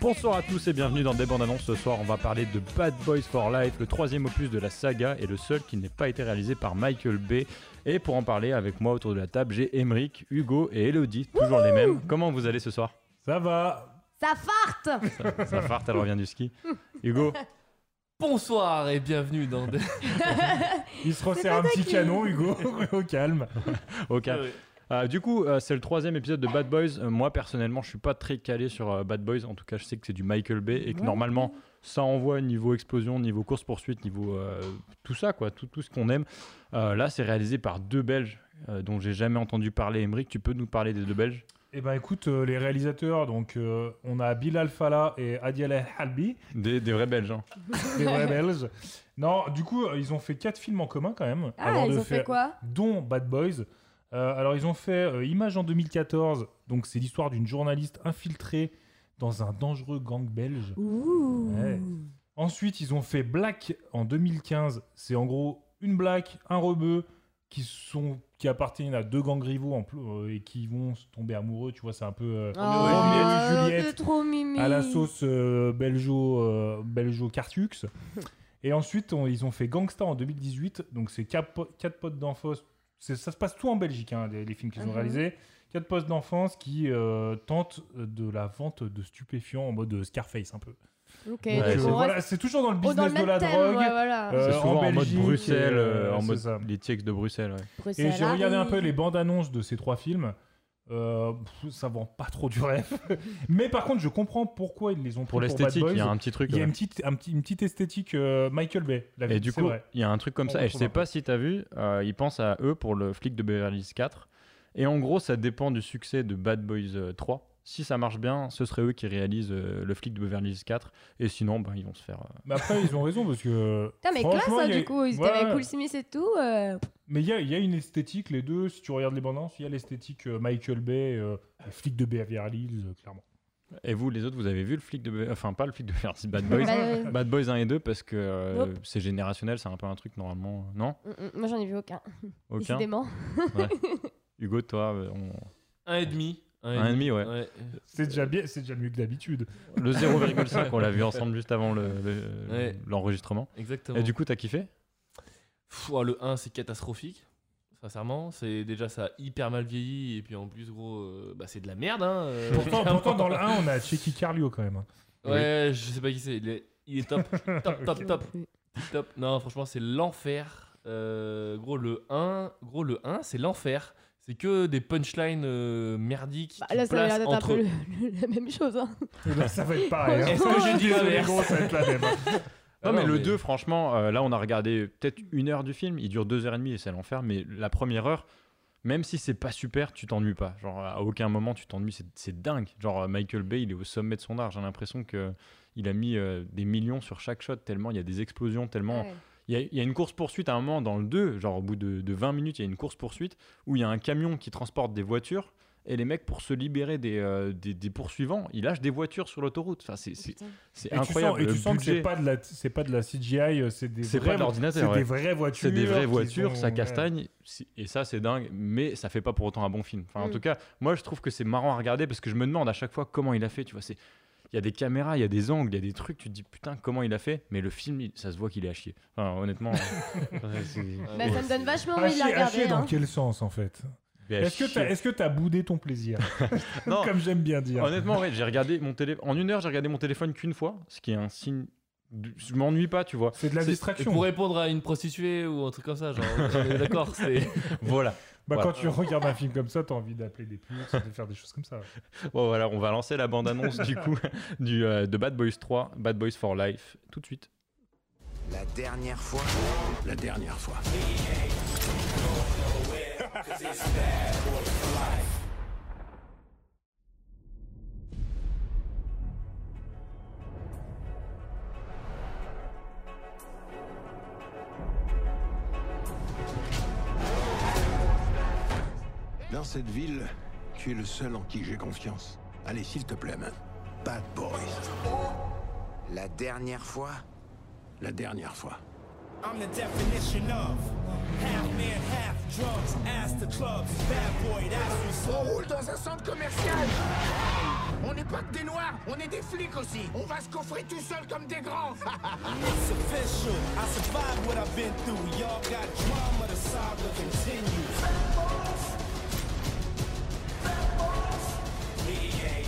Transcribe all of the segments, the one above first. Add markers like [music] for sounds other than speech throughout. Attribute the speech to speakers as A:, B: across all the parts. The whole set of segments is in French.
A: Bonsoir à tous et bienvenue dans Des Bandes Annonces. Ce soir, on va parler de Bad Boys for Life, le troisième opus de la saga et le seul qui n'ait pas été réalisé par Michael Bay. Et pour en parler avec moi autour de la table, j'ai Emeric, Hugo et Elodie, toujours les mêmes. Comment vous allez ce soir
B: Ça va
C: Ça farte
A: Ça farte, elle revient du ski. Hugo,
D: Bonsoir et bienvenue dans Des-
B: Il se resserre un petit canon,
A: [laughs]
B: Hugo, au calme.
A: ok. Euh, du coup, euh, c'est le troisième épisode de Bad Boys. Euh, moi, personnellement, je suis pas très calé sur euh, Bad Boys. En tout cas, je sais que c'est du Michael Bay et que normalement, ça envoie niveau explosion, niveau course-poursuite, niveau euh, tout ça, quoi, tout, tout ce qu'on aime. Euh, là, c'est réalisé par deux Belges euh, dont j'ai jamais entendu parler. Emmerich, tu peux nous parler des deux Belges
B: Eh ben écoute, euh, les réalisateurs, donc euh, on a Bilal Fallah et Adiel Halbi,
A: des, des vrais Belges. hein.
B: des vrais Belges. Non, du coup, euh, ils ont fait quatre films en commun quand même.
C: Ah, ils ont fait quoi
B: Dont Bad Boys. Euh, alors ils ont fait euh, Image en 2014, donc c'est l'histoire d'une journaliste infiltrée dans un dangereux gang belge.
C: Ouh
B: Ouais. Ensuite, ils ont fait Black en 2015. C'est en gros une Black, un Rebeu qui sont qui appartiennent à deux gangs rivaux en plus, euh, et qui vont se tomber amoureux. Tu vois, c'est un peu euh, Roméo et Juliette
C: c'est Oh. Ah, trop mimi
B: à la sauce euh, belgeo euh, belgeo cartux. Et ensuite, on- ils ont fait Gangsta en 2018. Donc c'est quatre, po- quatre potes d'enfance. C'est- Ça se passe tout en Belgique, hein, les, les films qu'ils ont
C: Mhm.
B: réalisés. Quatre potes d'enfance qui euh, tentent de la vente de stupéfiants en mode euh, Scarface un peu.
C: Ok,
A: Ouais,
C: donc
B: Donc,
C: on
A: c'est-
B: euh,
C: reste
B: voilà, c'est toujours dans le
C: oh, dans
B: business
C: le
B: de
C: même
B: la
C: thème,
B: drogue.
C: ouais, voilà.
B: Euh,
A: c'est souvent en,
B: Belgique,
A: mode Bruxelles,
B: euh,
A: euh, en
B: c'est
A: mode
B: ça.
A: les tics de Bruxelles. ouais.
C: Bruxelles
B: Et j'ai regardé un peu
C: arrive.
B: les bandes annonces de ces trois films. Euh, pff, ça vend pas trop du rêve. [laughs] Mais par contre, je comprends pourquoi ils les ont pris
A: Pour l'esthétique,
B: Bad
A: il y a
B: Boys.
A: un petit truc.
B: Il y a
A: ouais.
B: une petite, un petit- une petite esthétique euh, Michael Bay. La
A: Et du coup,
B: vrai.
A: il y a un truc comme
B: On
A: ça. Et je
B: retrouve
A: sais
B: un
A: pas si t'as vu, euh, ils pensent à eux pour le flic de Beverly Hills 4. Et en gros, ça dépend du succès de Bad Boys euh, 3. Si ça marche bien, ce serait eux qui réalisent euh, le flic de Beverly Hills 4. Et sinon, ben, ils vont se faire. euh,
B: Mais après, ils ont raison parce que.
C: Putain, mais classe,
B: franchement,
C: hein,
B: il y a-
C: du coup, ils étaient
B: Ouais,
C: avec
B: ouais.
C: Cool Smith et tout. euh,
B: Mais il y a, il y a une esthétique, les deux. Si tu regardes les bandes annonces, il y a l'esthétique euh, Michael Bay, euh, les flics de Beverly Hills, euh, clairement.
A: Et vous, les autres, vous avez vu le flic de. Be- Enfin, pas le flic de Beverly Hills, Bad Boys.
C: bah, euh,
A: Bad Boys 1 et 2 parce que euh,
C: Nope.
A: c'est générationnel, c'est un peu un truc normalement. Non
C: mm, mm, Moi, j'en ai vu aucun.
A: Aucun
C: Décidément.
A: Hugo, toi, euh, on-
D: un et demi.
A: un et demi, ouais.
D: Ouais.
B: C'est déjà, bien- c'est déjà mieux que
A: [laughs]
B: d'habitude.
A: Le 0,5, on l'a vu ensemble juste avant le- le-
D: Ouais.
A: l'enregistrement.
D: exactement.
A: et du coup, t'as kiffé
D: Pff, ouah, le 1, c'est catastrophique. Sincèrement, c'est déjà ça a hyper mal vieilli et puis en plus gros, euh, bah, c'est de la merde. Hein, euh,
B: Pourtant,
D: clairement. [laughs]
B: pourtant, dans le 1, on a Checky Carlio quand même. hein.
D: Ouais, je sais pas qui c'est. Il est, il
B: [laughs]
D: est top, top, top, top, top. Non, franchement, c'est l'enfer. Euh, gros le 1, gros le 1, c'est l'enfer. C'est que des punchlines euh, merdiques.
C: Bah,
D: qui
C: là, ça a l'air
D: placent
C: d'être
D: entre
C: un peu le- le- la même chose. hein.
B: Et là, ça va être pareil. hein.
D: Est-ce que j'ai dit
B: Désolé,
D: l'inverse
B: gros, ça va être la même. hein.
A: Non,
D: Ah
A: mais
D: non,
A: le
D: mais-
A: 2, franchement, euh, là, on a regardé peut-être une heure du film. Il dure deux heures et demie et c'est l'enfer. Mais la première heure, même si c'est pas super, tu t'ennuies pas. Genre, à aucun moment, tu t'ennuies. C'est- C'est dingue. Genre, euh, Michael Bay, il est au sommet de son art. J'ai l'impression que il a mis euh, des millions sur chaque shot, tellement il y a des explosions, tellement.
C: Ouais.
A: Il y, a, il y a une course-poursuite à un moment dans le 2, genre au bout de, de 20 minutes, il y a une course-poursuite où il y a un camion qui transporte des voitures et les mecs, pour se libérer des, euh, des, des poursuivants, ils lâchent des voitures sur l'autoroute. Enfin, c'est- c'est
C: Putain.
A: c'est
B: Et tu sens,
A: incroyable.
B: et tu
A: le
B: sens que
A: budget.
B: c'est pas, de la- c'est pas de la CGI, euh, c'est des,
A: C'est
B: vraies-
A: pas de l'ordinateur,
B: c'est
A: ouais.
B: des vraies voitures.
A: C'est des vraies
B: qui
A: voitures,
B: sont-
A: ça
B: ouais.
A: castagne, c'est- et ça c'est dingue, mais ça fait pas pour autant un bon film. Enfin, en
C: Mm.
A: tout cas, moi je trouve que c'est marrant à regarder parce que je me demande à chaque fois comment il a fait, tu vois. c'est- Il y a des caméras, il y a des angles, il y a des trucs, tu te dis putain comment il a fait, mais le film, il- ça se voit qu'il est à chier. Enfin, honnêtement. euh, c'est-
D: Ah,
C: Bah,
D: ouais,
C: ça me
D: c'est-
C: donne vachement envie de
B: Haché,
C: la regarder.
B: haché dans
C: hein.
B: quel sens en fait
A: il est à
B: Est-ce que
A: chier.
B: t'as est-ce que t'as boudé ton plaisir
A: Non,
B: [laughs] Comme j'aime bien dire.
A: Honnêtement, ouais, j'ai regardé mon téléphone. En une heure, j'ai regardé mon téléphone qu'une fois, ce qui est un signe. de- Je m'ennuie pas, tu vois.
B: C'est de la
D: C'est- Et
B: distraction.
D: pour répondre à une prostituée ou un truc comme ça, genre, on est
C: [laughs]
D: d'accord, c'est.
A: Voilà.
B: Bah,
A: Voilà.
B: Quand tu regardes un film comme ça, t'as envie d'appeler des putes, de faire des choses comme ça.
A: Bon, voilà, on va lancer la bande-annonce du coup [laughs] du, euh, de Bad Boys 3, Bad Boys for Life, tout de suite.
E: La dernière fois. La dernière fois.
F: dans cette ville, tu es le seul en qui j'ai confiance. Allez, s'il te plaît, man. Bad Boys.
G: La dernière fois
F: La dernière fois.
H: I'm the definition of half man, half drugs. Ask the clubs, bad boy, that's what's up.
G: On roule dans un centre commercial On n'est pas que des noirs, on est des flics aussi On va se coffrer tout seul comme
F: [laughs]
G: des grands
H: It's official. I survived what I've been through. Y'all got drama, the saga continues. We ain't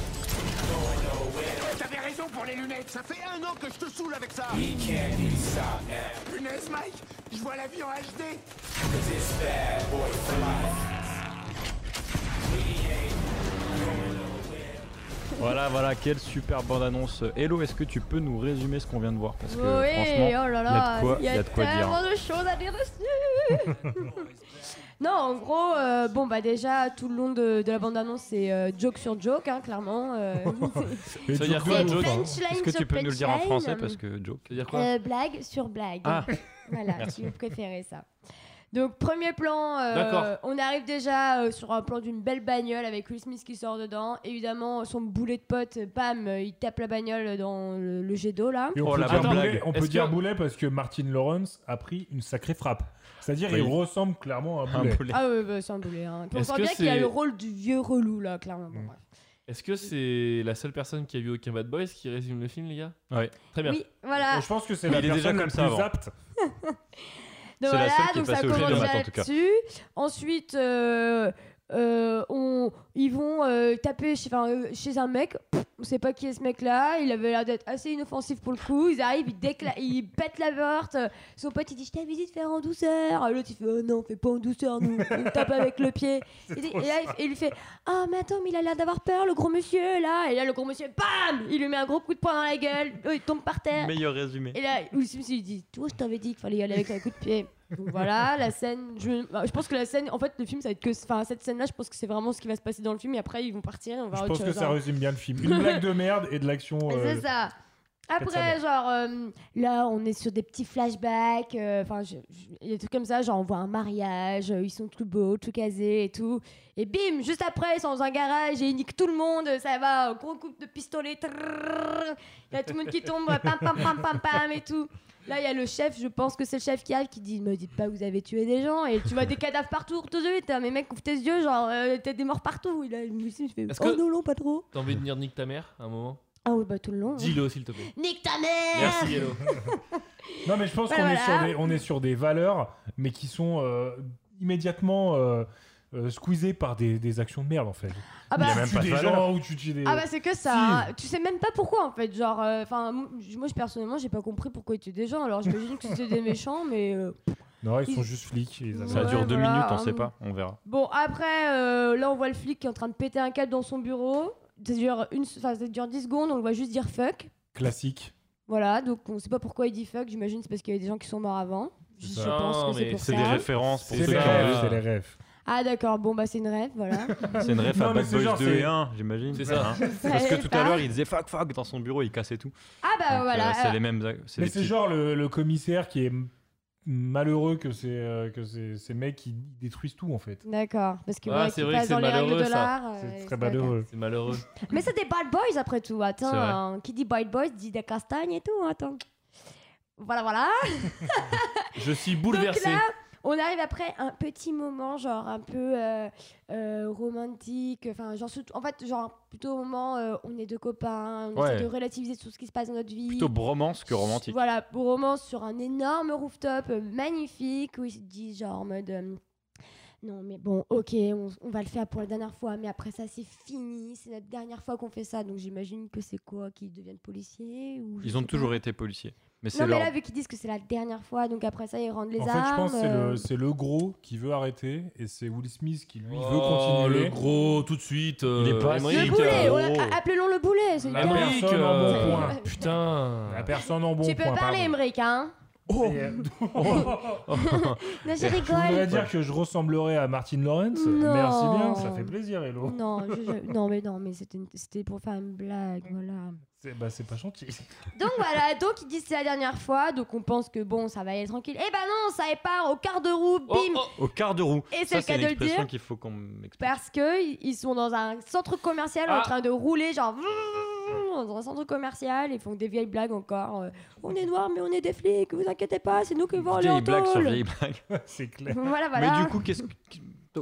H: going nowhere.
F: T'avais raison pour les lunettes, ça fait un an que je te saoule avec ça
H: We can't be stopped now.
G: hein.
F: Punaise, Mike Je vois la vie en HD
H: Cause it's bad boy for life. We ain't
A: Voilà, voilà, quelle super bande-annonce. Hello, est-ce que tu peux nous résumer ce qu'on vient de voir Parce que
C: Oui,
A: franchement,
C: oh là
A: il y a de
C: là,
A: quoi,
C: il y a,
A: il y a de quoi
C: tellement
A: dire.
C: de choses à dire dessus. [laughs] non, en gros, euh, bon bah déjà tout le long de, de la bande annonce c'est euh, joke sur joke, hein, clairement.
A: [laughs]
C: euh,
D: Ça veut dire
C: c'est
D: quoi,
C: punchline
D: joke
B: hein.
A: Est-ce que
C: sur
A: tu peux nous le dire en
C: punchline.
A: français Parce que joke.
D: C'est-à-dire quoi
C: Euh, blague sur blague.
A: Ah.
C: [laughs] Voilà,
A: Merci.
C: si vous préférez ça. Donc premier plan, euh,
D: D'accord.
C: on arrive déjà euh, sur un plan d'une belle bagnole avec Will Smith qui sort dedans. Évidemment, son boulet de pote, euh, bam, euh, il tape la bagnole dans le, le jet d'eau là.
B: Et on
A: Oh,
B: peut
A: la
B: dire,
D: bonne
B: boulet,
A: blague.
B: on peut
D: Est-ce
B: dire
D: que-
B: boulet parce que Martin Lawrence a pris une sacrée frappe. C'est-à-dire,
A: Bah,
B: il
A: il-
B: ressemble clairement à un
A: Un
B: boulet.
A: poulet.
C: Ah ouais, bah, c'est un boulet. Hein. Puis On
D: Est-ce
C: sent
D: que
C: bien qu'il a
D: c'est-
C: le rôle du vieux relou là, clairement. Bon,
B: Mm.
C: bref.
D: Est-ce que c'est la seule personne qui a vu aucun Bad Boys qui résume le film, les gars
A: Ouais.
D: Très bien.
C: Oui, voilà.
B: Et Je pense que c'est
A: Mais
B: la
A: il est déjà
B: personne la
A: comme
B: plus
A: ça avant.
B: apte.
C: Donc
A: C'est la
C: voilà,
A: seule qui est
C: donc ça
A: passée au
C: commence
A: cinéma,
C: déjà
A: en tout cas.
C: là-dessus. Ensuite, euh, euh, on, ils vont euh, taper chez, enfin, euh, chez un mec. Pff, on sait pas qui est ce mec-là. Il avait l'air d'être assez inoffensif pour le coup. Ils arrivent, ils,
A: [laughs]
C: décla- ils pètent la porte. Son pote, il dit Je t'avais de faire en douceur. L'autre, il fait Oh non, fais pas en douceur, nous.
A: [laughs]
C: On tape avec le pied. Il dit- Et, là, il, il lui fait Ah, mais attends, mais il a l'air d'avoir peur, le gros monsieur, là. Et là, le gros monsieur, bam Il lui met un gros coup de poing dans la gueule. Il tombe par terre.
A: Meilleur résumé.
C: Et là, Will Smith, il dit Toi, je t'avais dit qu'il fallait y aller avec un coup de pied. Donc voilà, la scène. Je, bah, je pense que la scène, en fait, le film, ça va être que. Enfin, cette scène-là, je pense que c'est vraiment ce qui va se passer dans le film. Et après, ils vont partir et on va
B: Je
C: voir autre
B: pense que
C: chose.
B: ça
C: hein.
B: résume bien le film. Une blague de merde et de l'action. euh,
C: [laughs] C'est ça.
B: quatre
C: Après, genre, euh, là, on est sur des petits flashbacks. euh, Enfin, je- je- il y a des trucs comme ça. Genre, on voit un mariage, euh, ils sont tout beaux, tout casés et tout. Et bim, juste après, ils sont dans un garage et ils niquent tout le monde. Ça va, euh, gros coup de pistolet. trrrr. Il y a tout le monde qui tombe, pam, pam, pam, pam, pam et tout. Là, il y a le chef, je pense que c'est le chef qui arrive qui dit Me dites pas que vous avez tué des gens. Et tu vois des cadavres partout autour de lui. T'es un, mais mec, ouvre tes yeux, genre, euh, t'as des morts partout. Il a je fais
D: Est-ce
C: Oh
D: que-
C: non, non, pas trop.
D: T'as envie de dire nique ta mère à un moment
C: Ah oui, bah tout le long. hein.
D: Dis-le, s'il te plaît.
C: Nique ta mère
D: Merci, Hello.
B: Non, mais je pense
C: Ouais,
B: qu'on est,
C: voilà.
B: sur des, on est sur des valeurs, mais qui sont euh, immédiatement euh, euh, squeezées par des, des actions de merde, en fait.
C: Ah bah,
B: tu
A: même
B: tues
A: pas de
B: des
A: valeur.
B: gens ou tu tues des.
C: ah bah c'est que ça. hein. Tu sais même pas pourquoi en fait. Genre, euh, enfin, moi je- personnellement j'ai pas compris pourquoi ils tuaient des gens. Alors j'imagine que c'était des méchants, mais euh,
B: Non, ils sont
C: ils-
B: juste flics. et ils
C: Ouais.
B: avaient-
A: Ça dure deux
C: voilà,
A: minutes, on
C: hein.
A: sait pas, on verra.
C: bon après euh, là on voit le flic qui est en train de péter un câble dans son bureau. Ça dure une, enfin ça dure 10 secondes. On le voit juste dire fuck.
B: Classique.
C: Voilà, donc on sait pas pourquoi il dit fuck. J'imagine c'est parce qu'il y avait des gens qui sont morts avant. Je
D: ça.
C: pense
D: Non,
C: que c'est
D: mais
C: pour
A: C'est
C: ça.
A: des références pour
B: C'est
A: ceux qui
B: les
D: ça.
B: rêves.
A: ont
B: C'est les rêves.
C: ah d'accord, bon bah c'est une rêve,
D: [laughs]
C: voilà.
A: C'est une ref
B: Non,
A: à
B: mais
A: Bad
B: c'est
A: Boys
B: genre,
A: 2
B: c'est-
A: et 1, j'imagine.
D: C'est ça.
A: hein. Parce que tout à
C: Pas.
A: l'heure, il disait fuck fuck dans son bureau, il cassait tout.
C: Ah bah
A: Donc, euh,
C: voilà.
A: C'est
C: euh,
A: les mêmes. c'est
B: Mais
A: les
B: c'est
A: petits-
B: genre le, le commissaire qui est m- malheureux que, c'est, euh, que c'est- ces mecs qui détruisent tout, en fait.
C: D'accord, parce que
D: Ouais,
C: ouais,
D: Ah, c'est
C: qu'il
D: vrai que
C: passe
D: c'est
C: dans les règles
D: malheureux,
C: de
D: ça.
C: l'art. euh,
B: C'est
C: pas
B: très
C: le cas.
B: malheureux.
D: C'est malheureux.
C: Mais c'est des bad boys après tout, attends.
A: C'est vrai.
C: hein. qui dit bad boys dit des castagnes et tout, attends. Voilà, voilà.
D: Je suis
C: Donc
D: bouleversé.
C: là, on arrive après un petit moment, genre un peu euh, euh, romantique, enfin, genre, surtout- en fait, genre plutôt au moment, euh, on est deux copains, on
A: Ouais.
C: essaie de relativiser tout ce qui se passe dans notre vie.
A: Plutôt bromance que romantique.
C: Voilà, pour romance sur un énorme rooftop euh, magnifique où il se dit genre en mode euh, non mais bon ok on, on va le faire pour la dernière fois mais après ça c'est fini c'est notre dernière fois qu'on fait ça donc j'imagine que c'est quoi qu'ils deviennent policiers ou je
A: Ils ont
C: sais pas.
A: toujours été policiers. Mais
C: non
A: c'est
C: mais
A: leur.
C: là vu qu'ils disent que c'est la dernière fois donc après ça ils rendent les
B: en
C: armes
B: fait, je pense que c'est
C: euh,
B: le, c'est le gros qui veut arrêter et c'est Will Smith qui, lui, veut
D: Oh,
B: continuer.
D: Le gros, tout de suite.
A: Il est
D: euh,
A: pas
D: Emmerich,
C: le
A: Rick,
C: boulet
D: euh,
A: oh.
C: ouais, a- appelons le boulet c'est
B: La
C: une
D: Emmerich,
B: personne en
D: euh,
B: bon point.
D: Putain.
B: La personne en bon
C: tu peux
B: point,
C: parler
B: pardon.
C: Emmerich hein
B: [laughs] Oh
C: Et, euh, Non, je
B: Eh,
C: rigole.
B: Je voudrais dire que je ressemblerais à Martin Lawrence.
C: Non.
B: Merci bien, ça fait plaisir, Hello.
C: Non, je- je- non, mais non, mais c'était une- c'était pour faire une blague, voilà.
B: C'est bah, c'est pas gentil. [laughs]
C: Donc voilà, donc ils disent c'est la dernière fois, donc on pense que bon, ça va aller tranquille. Eh ben non, ça part au quart de roue,
D: Oh,
C: bim,
A: Au quart de roue.
C: Et c'est
A: Oh, Ça,
C: le
A: c'est
C: cas
A: une
C: de le
A: expression
C: dire. Bah,
A: qu'il faut qu'on m'explique.
C: parce que i- ils sont dans un centre commercial en
A: Ah.
C: train de rouler, genre vroom, dans un centre commercial, ils font des vieilles blagues encore. euh, on est noirs, mais on est des flics, vous inquiétez pas, c'est nous qui vont aller en
A: Vieille blague sur
C: tôle.
A: vieille blague.
B: c'est clair.
C: Voilà, voilà.
A: Mais du coup, qu'est-ce que.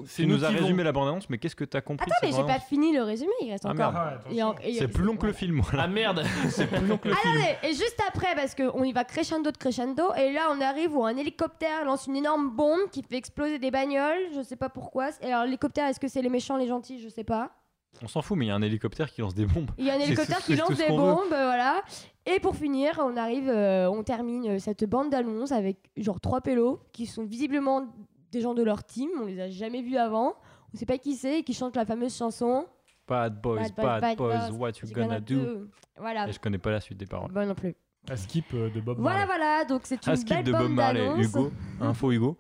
D: C'est
A: Tu
D: nous
A: nous as
D: qui
A: résumé la bande-annonce, mais qu'est-ce que t'as compris
C: Attends,
A: de cette
C: mais j'ai pas
A: bande-annonce
C: fini le résumé, il reste
A: Ah,
C: encore.
A: merde.
C: Et en- et-
A: C'est plus long que le film. voilà.
D: Ah merde [laughs]
A: C'est plus long que le film.
C: Attendez, Ah et juste après, parce qu'on y va crescendo de crescendo, et là on arrive où un hélicoptère lance une énorme bombe qui fait exploser des bagnoles, je sais pas pourquoi. Et Alors l'hélicoptère, est-ce que c'est les méchants, les gentils, je sais pas.
A: On s'en fout, mais il y a un hélicoptère qui lance des bombes.
C: Il y a un
A: C'est-
C: hélicoptère
A: c'est-
C: qui
A: c'est
C: lance
A: tout ce
C: des
A: qu'on veut.
C: bombes, euh, voilà. Et pour finir, on arrive, euh, on termine euh, cette bande d'annonces avec genre trois pélos qui sont visiblement des gens de leur team, on les a jamais vus avant, on sait pas qui c'est, et qui chantent la fameuse chanson
A: Bad boys,
C: Bad boys,
A: bad
C: bad
A: boys,
C: boys,
A: what you gonna do
C: Voilà.
A: Et je connais pas la suite des paroles.
C: Bah non plus.
B: À skip euh, de Bob
C: Voilà,
B: Marley.
C: voilà, donc c'est une
A: Un skip
C: belle
A: Ah, de Bob
C: bande
A: Marley,
C: d'annonces.
A: Hugo,
C: [laughs]
A: info Hugo.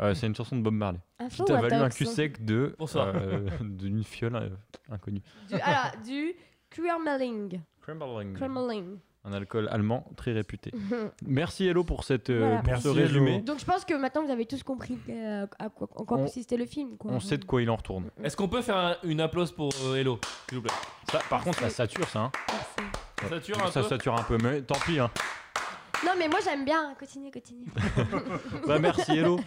A: Euh, c'est une chanson de Bob Marley.
C: Info
A: Qui t'a
C: ou
A: valu un
C: intox
A: cul sec de
D: Bonsoir.
A: euh, [laughs] d'une fiole euh, inconnue.
C: Du, alors, du Kremling.
B: [laughs]
A: Kremmerling.
C: Kremling.
A: Un alcool allemand très réputé. Merci Hello pour cette euh,
C: Voilà.
A: pour
B: Merci,
A: ce
B: Hello.
A: résumé.
C: Donc je pense que maintenant vous avez tous compris euh, à quoi, en quoi
A: On-
C: consistait le film. Quoi.
A: On sait de quoi il en retourne.
D: Est-ce qu'on peut faire un- une applause pour euh, Hello S'il vous plaît.
A: Ça, par contre, ça sature ça. hein.
C: Merci.
D: Ça sature un
A: Ça
D: peu
A: sature un peu, mais tant pis.
C: [laughs]
A: hein.
C: Non mais moi j'aime bien, continuez,
B: [laughs]
C: continuez.
A: Bah, merci Hello.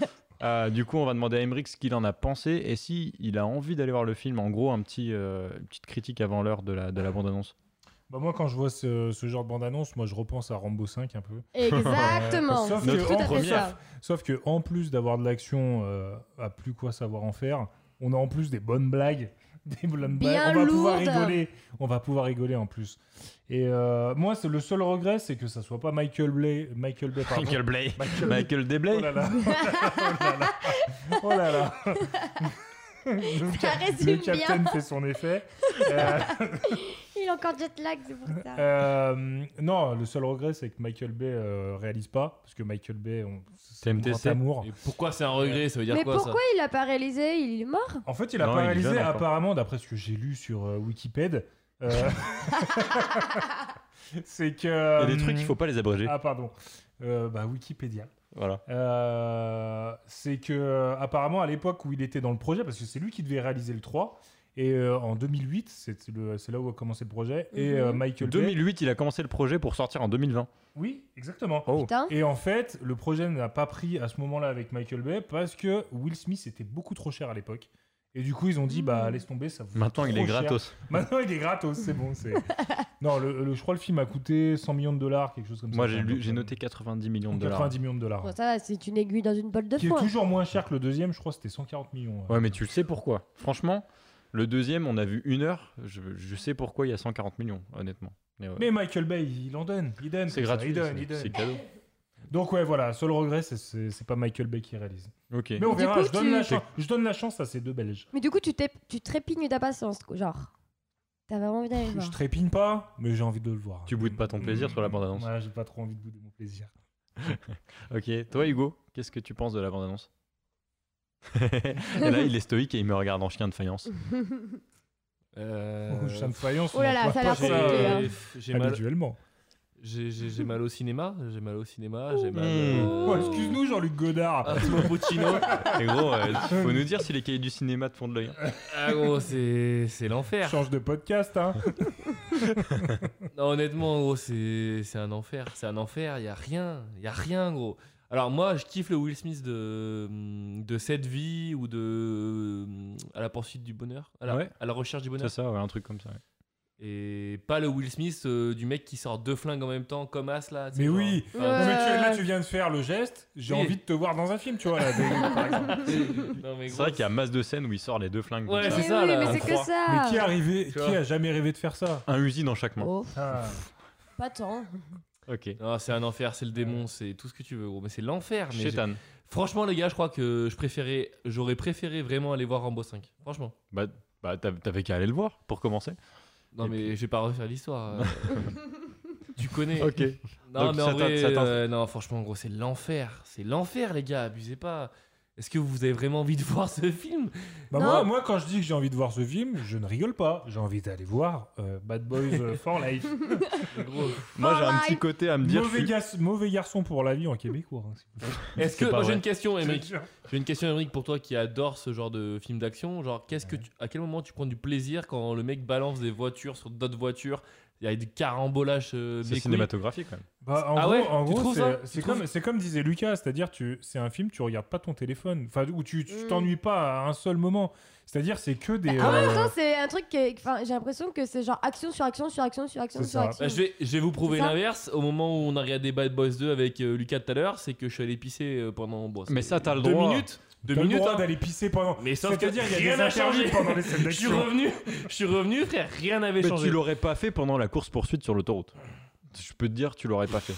A: Euh, du coup, on va demander à Emmerich ce qu'il en a pensé et si il a envie d'aller voir le film. En gros, un petit, euh, une petite critique avant l'heure de la, de la bande-annonce.
B: Bah, moi, quand je vois ce, ce genre de bande-annonce, moi, je repense à Rambo 5 un peu.
C: Exactement.
B: Euh, sauf
C: C'est
B: que
C: tout
B: en
C: à fait
B: première-
C: ça.
B: Sauf que en plus d'avoir de l'action euh, à plus quoi savoir en faire, on a en plus des bonnes blagues, [laughs] des bonnes
C: Bien
B: blagues. On va pouvoir
C: lourdes.
B: rigoler, on va pouvoir rigoler en plus. Et euh, moi, c'est le seul regret, c'est que ça soit pas Michael Blay, Michael Bay, pardon.
A: Michael Blay.
B: Michael-
A: Michael
B: Oh
A: Deblay.
B: là là. oh là là. Oh là là. Le,
C: Ça
B: cap-
C: résume
B: le capitaine
C: bien.
B: fait son effet. Euh,
C: Il a encore jet lag, c'est pour ça.
B: euh, non, le seul regret, c'est que Michael Bay euh, réalise pas, parce que Michael Bay, on, c'est un grand
A: TMTC.
B: amour.
D: Et pourquoi c'est un regret Ça veut dire
C: mais
D: quoi ça
C: pourquoi il l'a pas réalisé Il est mort
B: En fait, il a
A: Non,
B: pas
A: il est
B: réalisé,
A: jeune encore.
B: apparemment, d'après ce que j'ai lu sur euh, Wikipédia.
A: [laughs]
B: euh, [laughs] c'est que.
A: Il y a des trucs, il faut pas les abréger.
B: Ah, pardon. Euh, bah, Wikipédia.
A: Voilà.
B: Euh, c'est que, euh, apparemment, à l'époque où il était dans le projet, parce que c'est lui qui devait réaliser le 3, et euh, en 2008, c'est le- c'est là où a commencé le projet, et euh, Michael Bay-
A: 2008, il a commencé le projet pour sortir en 2020.
B: Oui, exactement.
A: Oh.
C: Putain.
B: Et en fait, le projet n'a pas pris à ce moment-là avec Michael Bay parce que Will Smith était beaucoup trop cher à l'époque. Et du coup, ils ont dit,
C: Mm.
B: bah laisse tomber, ça vous
A: Maintenant, il est gratos.
B: Maintenant, il est gratos, c'est bon. c'est- non, le, le- je crois que le film a coûté 100 millions de dollars, quelque chose comme
A: Moi,
B: ça.
A: j'ai lu- j'ai noté 90 millions de dollars.
B: 90 millions de dollars.
C: Bon, ça va, c'est une aiguille dans une botte de
B: Qui est
C: foin.
B: toujours moins cher que le deuxième, je crois que c'était 140 millions. euh.
A: Ouais, mais tu le sais pourquoi. Franchement, le deuxième, on a vu une heure. Je, je sais pourquoi il y a 140 millions, honnêtement. Mais ouais.
B: Mais Michael Bay, il en donne, il donne.
A: c'est
B: comme ça,
A: gratuit.
B: il donne,
A: c'est-
B: il donne.
A: C'est cadeau.
B: Donc ouais, voilà, seul regret, c'est- c'est c'est pas Michael Bay qui réalise.
A: Ok.
B: Mais on
C: Du
B: verra,
C: coup,
B: je, donne
C: tu-
B: la chance, je donne la chance à ces deux Belges.
C: Mais du coup, tu, t'es- tu trépignes d'impatience, quoi, genre. T'as vraiment envie d'aller le
B: Je
C: voir.
B: trépigne pas, mais j'ai envie de le voir. Mm.
A: Tu boudes pas ton plaisir sur la bande-annonce.
B: Ouais, j'ai pas trop envie de bouder mon plaisir.
A: Ok. Toi, Hugo, qu'est-ce que tu penses de la [laughs] bande-annonce Et là, il est stoïque et il me regarde en chien de
C: [laughs]
A: faïence.
B: [laughs]
D: Euh,
B: Oh, ça me faillance.
C: Oh là là, ça a l'air
D: j'ai-
C: compliqué, hein.
D: J'ai mal,
B: euh, Habituellement.
D: j'ai- j'ai- j'ai mal au cinéma, j'ai mal au cinéma, j'ai mal.
A: Mmh.
D: euh,
B: Oh, excuse-nous, Jean-Luc Godard.
A: Ah,
D: à Timo Puccino.
A: Et gros, euh, faut nous dire si les cahiers du cinéma te font de l'œil. hein.
D: Ah gros, c'est c'est l'enfer.
B: Change de podcast, hein.
D: Non, honnêtement, gros, c'est c'est un enfer. C'est un enfer. Il y a rien. Il y a rien, gros. Alors moi, je kiffe le Will Smith de de cette vie ou de à la poursuite du bonheur, à la,
A: Ouais.
D: à la recherche du
A: C'est
D: bonheur,
A: ça, ouais, un truc comme ça. ouais.
D: et pas le Will Smith euh, du mec qui sort deux flingues en même temps comme As là. tu sais,
B: Mais
D: genre.
B: oui.
D: Enfin,
C: Ouais.
B: Non, mais tu- là, tu viens de faire le geste. J'ai
D: Oui.
B: envie de te voir dans un film, tu vois. Là,
C: [laughs]
B: par exemple.
D: [laughs] non, mais
A: C'est
D: gros,
A: vrai qu'il y a masse de scènes où il sort les deux flingues.
D: Ouais,
A: comme ça.
D: c'est
C: Mais
D: ça,
C: oui,
D: là,
C: mais
D: on
C: c'est que
D: croit.
C: ça.
B: Mais qui, est arrivé,
D: Tu
B: qui
D: vois.
B: a jamais rêvé de faire ça
A: Un Uzi dans chaque main.
C: Oh,
B: Ah.
C: pas tant.
A: Ok.
D: Non, c'est un enfer, c'est le démon, c'est tout ce que tu veux, gros. Mais c'est l'enfer. mais j'ai-
A: Chétan.
D: Franchement, les gars, je crois que je préférais, j'aurais préféré vraiment aller voir Rambo 5. Franchement.
A: Bah, bah t'av- t'avais qu'à aller le voir pour commencer.
D: Non,
A: Et [laughs]
D: [laughs] mais je vais pas refaire l'histoire. euh. tu connais.
A: Ok.
D: Non,
A: Donc,
D: mais en
A: ça t'in-
D: vrai,
A: ça t'in-
D: euh, non, franchement, en gros, c'est l'enfer. C'est l'enfer, les gars, abusez pas. Est-ce que vous avez vraiment envie de [laughs] voir ce film
B: Bah
D: Non.
B: moi, moi, quand je dis que j'ai envie de voir ce film, je ne rigole pas. J'ai envie d'aller voir euh, Bad Boys
D: [laughs]
B: euh, for Life.
A: Moi, j'ai un petit côté à me dire.
B: mauvais,
A: je suis-
B: gar- mauvais garçon pour la vie en québécois. hein, s'il vous plaît.
D: Est-ce que
A: pas
D: moi, j'ai
A: vrai.
D: une question, Émeric
B: Je te jure.
D: J'ai une question, Émeric, pour toi qui adore ce genre de film d'action. Genre, qu'est-ce que tu- à quel moment tu prends du plaisir quand le mec balance des voitures sur d'autres voitures Il y a des carambolages euh,
A: C'est
D: des
A: cinématographique, quand même.
B: [laughs] Bah, en
D: Ah
B: gros,
D: ouais,
B: en
D: tu
B: gros,
D: trouves
B: c'est- euh,
D: ça Tu
B: c'est
D: trouves-
B: comme, c'est comme disait Lucas, c'est-à-dire tu, c'est un film, tu regardes pas ton téléphone, enfin où tu tu
C: Mm.
B: t'ennuies pas à un seul moment. C'est-à-dire c'est que des.
C: En
B: euh,
C: même temps, c'est un truc que. Enfin, j'ai l'impression que c'est genre action sur action sur action sur action
B: C'est
C: sur
B: ça.
C: action.
D: Bah, je, vais, je vais vous prouver
C: C'est ça.
D: l'inverse. Au moment où on a regardé Bad Boys 2 avec euh, Lucas tout à l'heure, c'est que je suis allé pisser euh, pendant. bon,
A: Mais
D: c'est
A: ça, t'as le
D: deux
A: droit.
D: minutes. Deux
B: t'as le
D: minutes.
B: droit
D: hein.
B: d'aller pisser pendant.
D: Mais sauf que
B: C'est-à-dire, il y a
D: rien
B: des
D: n'a changé.
B: interludes pendant les scènes
D: [laughs] Je suis
B: d'action.
D: revenu, je suis revenu, frère. Rien n'avait
A: Mais
D: changé.
A: tu l'aurais pas fait pendant la course-poursuite sur l'autoroute. Je peux te dire, tu l'aurais pas fait.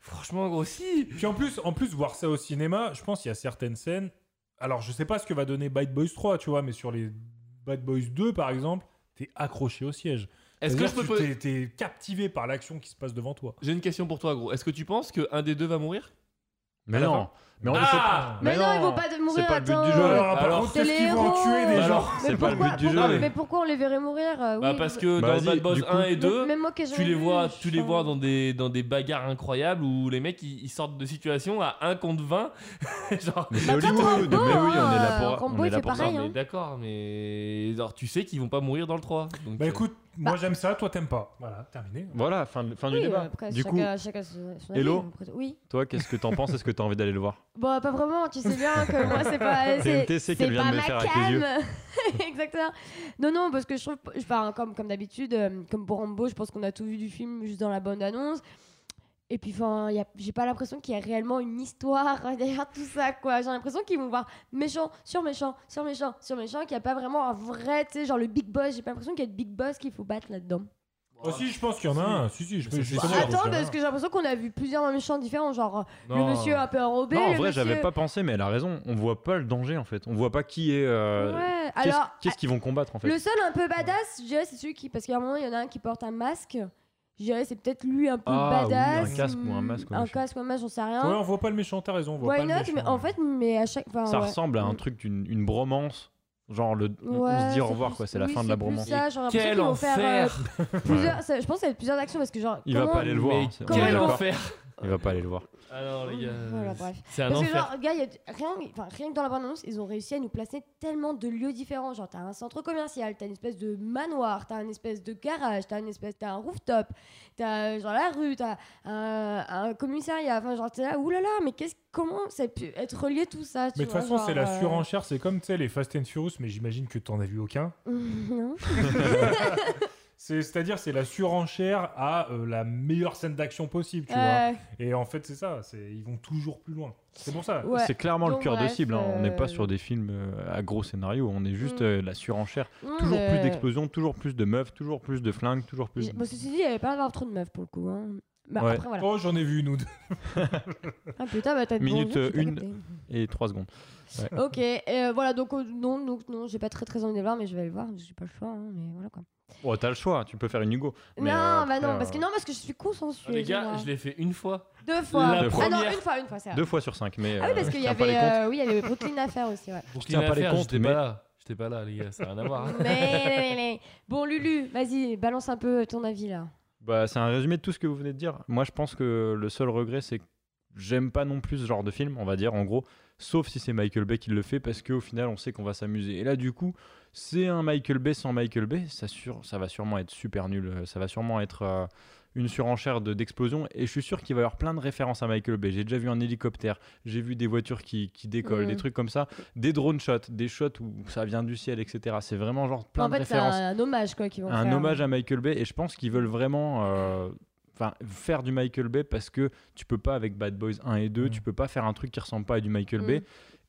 D: Franchement, gros, si.
B: Puis en plus, en plus, voir ça au cinéma, je pense qu'il y a certaines scènes. Alors, je sais pas ce que va donner Bad Boys 3, tu vois, mais sur les Bad Boys 2, par exemple, t'es accroché au siège.
D: Est-ce que je
B: C'est-à-dire
D: peux
B: tu- t'es-
D: poser-
B: T'es captivé par l'action qui se passe devant toi.
D: J'ai une question pour toi, gros. Est-ce que tu penses qu'un des deux va mourir
A: Mais
D: la
A: non. Mais on le
D: Ah
A: sait pas.
C: Mais non, ils vont pas de mourir,
A: C'est pas le but
C: attends. euh,
A: du jeu.
B: Ah, Alors, par
D: alors-
B: contre,
C: C'est
B: qu'est-ce
C: les
B: qu'ils vont en
C: héros.
B: tuer des
D: Bah
B: gens
D: alors,
A: C'est
C: Mais
A: pas le
C: pourquoi-
A: but du
C: pourquoi-
A: jeu.
C: Mais pourquoi on les verrait mourir euh,
D: Bah
C: oui,
D: parce
C: mais-
D: que
A: Bah,
D: dans
A: vas-y,
D: Bad Boys
A: du coup-
D: 1 et 2,
C: Même moi que
D: tu les vois, tu les
C: vois
D: vois dans des dans des bagarres incroyables où les mecs ils, ils sortent de situations à 1 contre 20. [laughs] Genre
A: Mais c'est
C: Bah, toi,
A: Hollywood. Mais
C: Rambo,
A: oui, on est là
C: hein,
A: pour,
C: Rambo,
A: on est
C: il
A: là
C: fait
A: pour ça.
C: pareil,
D: mais
C: hein.
D: d'accord, mais genre tu sais qu'ils vont pas mourir dans le 3. Donc,
B: Bah
D: euh,
B: écoute, moi j'aime ça, toi t'aimes pas. Voilà, terminé.
A: Voilà, fin, de- fin du
C: Oui,
A: débat.
C: après,
A: Du coup,
C: chacun, chacun son son avis,
A: Hello
C: après, Oui.
A: toi, qu'est-ce que t'en penses Est-ce que t'as envie d'aller le voir
C: Bon, pas vraiment, tu sais bien que moi, c'est
A: [laughs]
C: pas. C'est
A: TMTC
C: c'est
A: qu'elle vient
C: pas
A: de me
C: ma
A: faire avec les yeux.
C: cam. [laughs] Exactement. Non, non, parce que je trouve. Enfin, comme, comme d'habitude, euh, comme pour Rambo, je pense qu'on a tout vu du film juste dans la bande-annonce. Et puis, enfin, y a- j'ai pas l'impression qu'il y a réellement une histoire [laughs] derrière tout ça, quoi. J'ai l'impression qu'ils vont voir méchant sur méchant sur méchant sur méchant, qu'il n'y a pas vraiment un vrai, tu sais, genre le big boss. J'ai pas l'impression qu'il y a le big boss qu'il faut battre là-dedans.
B: Aussi, Oh, je pense qu'il y en a un. Si, si, je peux. je
C: Bah,
A: Ah,
B: sais pas,
C: attends,
B: je pense
C: parce que
B: qu'il
C: j'ai l'impression qu'on a vu plusieurs méchants différents, genre euh,
D: non.
C: le monsieur un peu enrobé.
A: Non, en
C: le
A: vrai,
C: monsieur-
A: j'avais pas pensé, mais elle a raison. On voit pas le danger en fait. On voit pas qui est. euh,
C: Ouais,
A: qu'est-ce-
C: alors.
A: Qu'est-ce qu'ils vont combattre en fait
C: Le seul un peu badass, je dirais, c'est celui qui. Parce qu'à un moment, il y en a un qui porte un masque. Je dirais, c'est peut-être lui un peu
A: Ah, oui,
C: badass.
A: un casque ou un masque, ouais,
C: Un
A: je sais.
C: casque ou un masque, j'en sais
B: y en a un. Ouais,
C: rien.
B: on voit pas le méchant, t'as raison. On voit
C: Why
B: pas le
C: not
B: méchant. hein.
C: Mais en fait, mais à chaque. enfin,
A: Ça
C: ouais.
A: ressemble à un
C: Mm.
A: truc d'une une bromance. Genre, le, on-
C: Ouais,
A: on se dit
C: c'est
A: au revoir,
C: plus-
A: quoi. C'est la
C: oui,
A: fin de la
C: plus
A: bromance.
C: ça, j'ai l'impression
D: Quel
C: qu'ils vont faire, euh,
D: enfer
C: plusieurs- ça- Je pense qu'il y a plusieurs actions parce que, genre.
A: Il va
C: comment-
A: pas aller le voir.
D: Mais
A: hein, c'est- on est
C: comment ils
D: quel
A: d'accord.
C: vont- Oh,
D: enfer
A: Il va pas aller le voir.
D: Alors les gars,
C: Voilà, bref.
D: c'est un
C: Parce que,
D: enfer.
C: genre, gars, il y a rien, enfin, rien que dans la bande-annonce, ils ont réussi à nous placer tellement de lieux différents. Genre, t'as un centre commercial, t'as une espèce de manoir, t'as une espèce de garage, t'as une espèce, t'as un rooftop, t'as euh, genre la rue, t'as un, un commissariat. Enfin, genre, t'es là, oulala, mais qu'est-ce, comment ça peut être relié tout ça tu
B: Mais de toute
C: vois,
B: façon,
C: genre,
B: c'est la
C: euh,
B: surenchère. C'est comme, tu sais, les Fast and Furious, mais j'imagine que t'en as vu aucun.
C: [laughs] non.
B: C'est- C'est-à-dire, c'est la surenchère à euh, la meilleure scène d'action possible, tu vois.
C: Euh,
B: Et en fait, c'est ça. c'est- Ils vont toujours plus loin. C'est pour ça.
C: ouais.
A: C'est clairement
C: Donc,
A: le cœur de
C: bref,
A: cible. hein. On n'est
C: euh,
A: pas sur des films euh, à gros scénario. On est juste
C: Mm. Ah, euh,
A: euh, la surenchère.
C: Non,
A: Toujours plus
C: mais-
A: d'explosions, toujours plus de meufs, toujours plus de flingues, toujours plus.
C: J'ai- Bon, ceci dit, il y avait pas trop de meufs pour le coup. Hein. Bah,
A: Ouais.
C: après, voilà.
B: Oh, j'en ai vu une ou deux.
C: Ah, putain, bah, t'as de bons
A: Minute,
B: euh,
C: yeux, tu t'as
A: une.
C: capté.
A: Et 3 secondes.
C: Ok, et euh, voilà, donc euh, non, non, non, j'ai pas très très envie de le voir, mais je vais le voir, j'ai pas le choix, hein, mais voilà quoi.
A: Oh, t'as le choix. Tu peux faire une Hugo. Mais,
C: non,
A: euh,
C: bah non,
A: après,
C: parce que
A: euh,
C: non, parce que je suis
D: Ah,
C: consensuelle.
D: les gars,
C: moi.
D: je l'ai fait une fois.
C: Deux fois.
D: la
C: ah non,
D: première.
C: une fois, une fois, c'est vrai.
A: Deux fois sur 5. Mais,
C: Ah oui, parce
A: euh,
C: qu'il y
A: je tiens pas les
C: avait,
A: comptes.
C: euh, oui, il y avait Brooklyn à faire aussi, ouais.
D: Je
A: tiens pas les comptes,
D: j'étais
A: mais-
D: pas là. J'étais pas là les gars, ça n'a rien à voir. hein.
B: [laughs]
C: mais, mais, mais, mais. bon, Lulu, vas-y, balance un peu ton avis là.
A: Bah, c'est un résumé de tout ce que vous venez de dire. Moi, je pense que le seul regret, c'est que j'aime pas non plus ce genre de film, on va dire, en gros. Sauf si c'est Michael Bay qui le fait, parce qu'au final, on sait qu'on va s'amuser. Et là, du coup, c'est un Michael Bay sans Michael Bay. Ça, sur- ça va sûrement être super nul. euh, Ça va sûrement être euh, une surenchère de- d'explosion. Et je suis sûr qu'il va y avoir plein de références à Michael Bay. J'ai déjà vu un hélicoptère, j'ai vu des voitures qui, qui décollent,
C: Mhm.
A: des trucs comme ça. Des drone shots, des shots où ça vient du ciel, etc. C'est vraiment genre plein
C: en
A: de
C: fait, c'est un,
A: références
C: un hommage quoi qu'ils vont
A: un
C: faire.
A: hommage à Michael Bay et je pense qu'ils veulent vraiment euh, enfin, faire du Michael Bay parce que tu peux pas avec Bad Boys 1 et 2
B: Mm.
A: tu peux pas faire un truc qui ressemble pas à du Michael
C: Mm.
A: Bay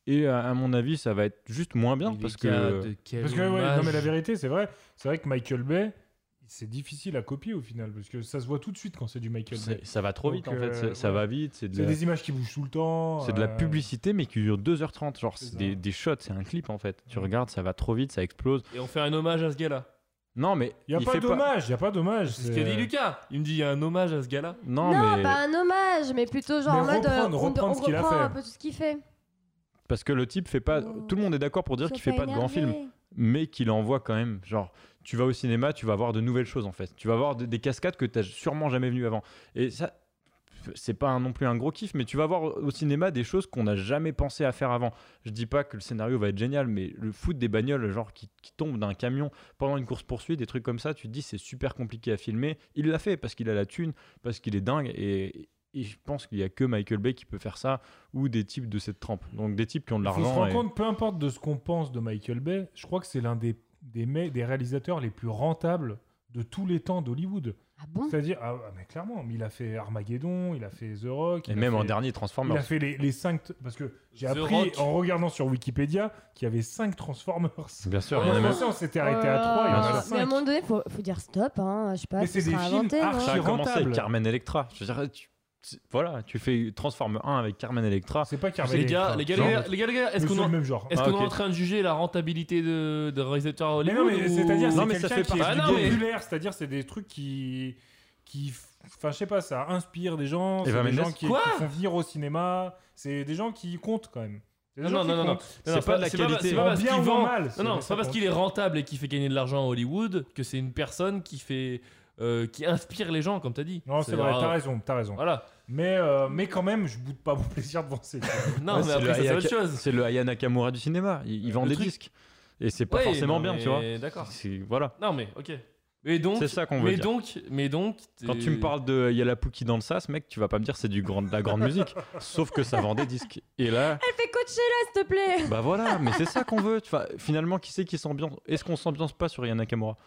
A: et euh, à mon avis ça va être juste moins bien parce que
B: Parce que, ouais, non, mais la vérité, c'est vrai. C'est vrai que Michael Bay, c'est difficile à copier au final, parce que ça se voit tout de suite quand c'est du Michael Bay.
A: c'est- ça va trop
B: Donc,
A: vite en fait
B: euh,
A: ça- ça
B: ouais.
A: va vite c'est de,
B: C'est
A: la,
B: des images qui bougent tout le temps.
A: c'est de la
B: euh,
A: publicité mais qui dure 2h30 genre
B: c'est
A: c'est des,
B: ça.
A: des shots c'est un clip en fait tu
B: Mm.
A: regardes ça va trop vite ça explose
D: Et on fait un hommage à ce gars-là.
A: Non, mais
B: Il y a
A: il
B: pas
A: fait
B: d'hommage, il y a pas d'hommage. euh,
D: C'est ce qu'a dit Lucas. Il me dit il y a un hommage à ce gars-là.
A: Non,
C: Non, bah
A: mais
C: pas un hommage, mais plutôt genre
B: Mais
C: en mode. euh,
B: reprendre,
C: on,
B: reprendre
C: on
B: ce qu'il a
C: reprend
B: fait.
C: un peu tout ce qu'il fait.
A: parce que le type fait pas.
C: Oh.
A: Tout le monde est d'accord pour dire
C: Sois
A: qu'il fait pas de grands
C: énervé.
A: films, mais qu'il envoie quand même. Genre, tu vas au cinéma, tu vas voir de nouvelles choses en fait. Tu vas voir des, des cascades que t'as sûrement jamais vues avant. Et ça, c'est pas un- non plus un gros kiff, mais tu vas voir au cinéma des choses qu'on n'a jamais pensé à faire avant. Je dis pas que le scénario va être génial, mais le foot des bagnoles, genre qui, qui tombe d'un camion pendant une course poursuite, des trucs comme ça, tu te dis c'est super compliqué à filmer. Il l'a fait parce qu'il a la thune, parce qu'il est dingue et. et je pense qu'il y a que Michael Bay qui peut faire ça ou des types de cette trempe. Donc des types qui ont de
B: Il faut se
A: l'argent.
B: rendre
A: et-
B: compte, peu importe de ce qu'on pense de Michael Bay, je crois que c'est l'un des, des, mé- des réalisateurs les plus rentables de tous les temps d'Hollywood.
C: Ah bon
B: C'est-à-dire, ah, ah, mais clairement, mais il a fait Armageddon, il a fait The Rock.
A: Et,
B: il a
A: même en
B: fait-
A: dernier
B: Il
A: Transformers.
B: a fait les, les cinq. t- Parce que j'ai
D: The
B: appris
D: Rock.
B: en regardant sur Wikipédia qu'il y avait cinq
A: [laughs]
B: Transformers.
A: Bien sûr, il y en a
B: En
A: même.
B: français, on s'était arrêté à
C: Oh là
B: trois, il y en
C: là.
B: a
A: Bien
C: Mais à un
B: cinq.
C: moment donné, faut, faut dire stop, hein. Je sais pas,
B: Mais
C: ce
B: c'est des
C: sera
B: films
C: inventé, non
B: archi-
A: Ça a commencé
B: rentable.
A: avec Carmen Electra. Je veux dire, tu- tu- voilà, tu fais Transforme 1 avec Carmen Electra.
B: C'est pas Carmen
D: Les gars, les gars, les gars, les gars, les gars, est-ce qu'on
B: le
D: en-
B: même genre
D: est-ce
A: Ah,
D: qu'on
A: ok.
D: est en train de juger la rentabilité de, de réalisateur
B: Mais non,
D: Hollywood
B: mais
D: ou-
B: c'est-à-dire,
A: Non,
B: c'est
A: mais ça
B: quelqu'un
A: fait
B: qui est
D: partie- Ah, non, mais-
B: populaire, c'est-à-dire, c'est des trucs qui. qui Enfin, je sais pas, ça inspire des gens, c'est
A: Eva
B: des
A: Mendes
B: gens qui,
D: Quoi
B: qui font venir au cinéma, c'est des gens qui comptent quand même. C'est des
D: Non,
B: gens
D: non,
B: qui
D: non, non.
B: comptent.
D: Non,
A: C'est pas de la
D: c'est
A: qualité.
D: c'est pas
B: En
D: parce
B: bien
D: qu'il
B: ou en
D: vend-
B: mal, c'est-
D: Non, non,
B: ça
D: c'est pas parce
B: compte.
D: qu'il est rentable et qu'il fait gagner de l'argent à Hollywood que c'est une personne qui fait. euh, qui inspire les gens, comme t'as dit.
B: Non, c'est vrai,
D: euh,
B: t'as raison, t'as raison.
D: Voilà.
B: Mais, euh, mais quand même, je boude pas mon [laughs] plaisir devant ces.
D: Non,
A: Ouais,
D: mais
A: c'est
D: après,
A: le
D: ça, c'est
A: Hayaka-
D: autre chose.
A: C'est le Aya Nakamura du cinéma. Il, il vend
D: Le
A: des
D: truc-
A: disques. Et c'est pas
D: Ouais,
A: forcément
D: non,
A: bien,
D: mais
A: tu vois.
D: D'accord.
A: C'est- Voilà.
D: Non, mais ok. Et donc.
A: C'est ça qu'on veut
D: Mais
A: dire.
D: donc, mais donc.
A: Quand
D: t'es-
A: tu me parles de Y'a la Pouki dans le sas, mec, tu vas pas me dire c'est du grand, de la grande musique.
D: [laughs]
A: Sauf que ça vend des disques. Et là,
C: Elle fait coacher là, s'il te plaît
A: bah voilà, mais c'est ça qu'on veut. Tu vois, finalement, qui c'est qui s'ambiance Est-ce qu'on s'ambiance pas sur Yana Nakamura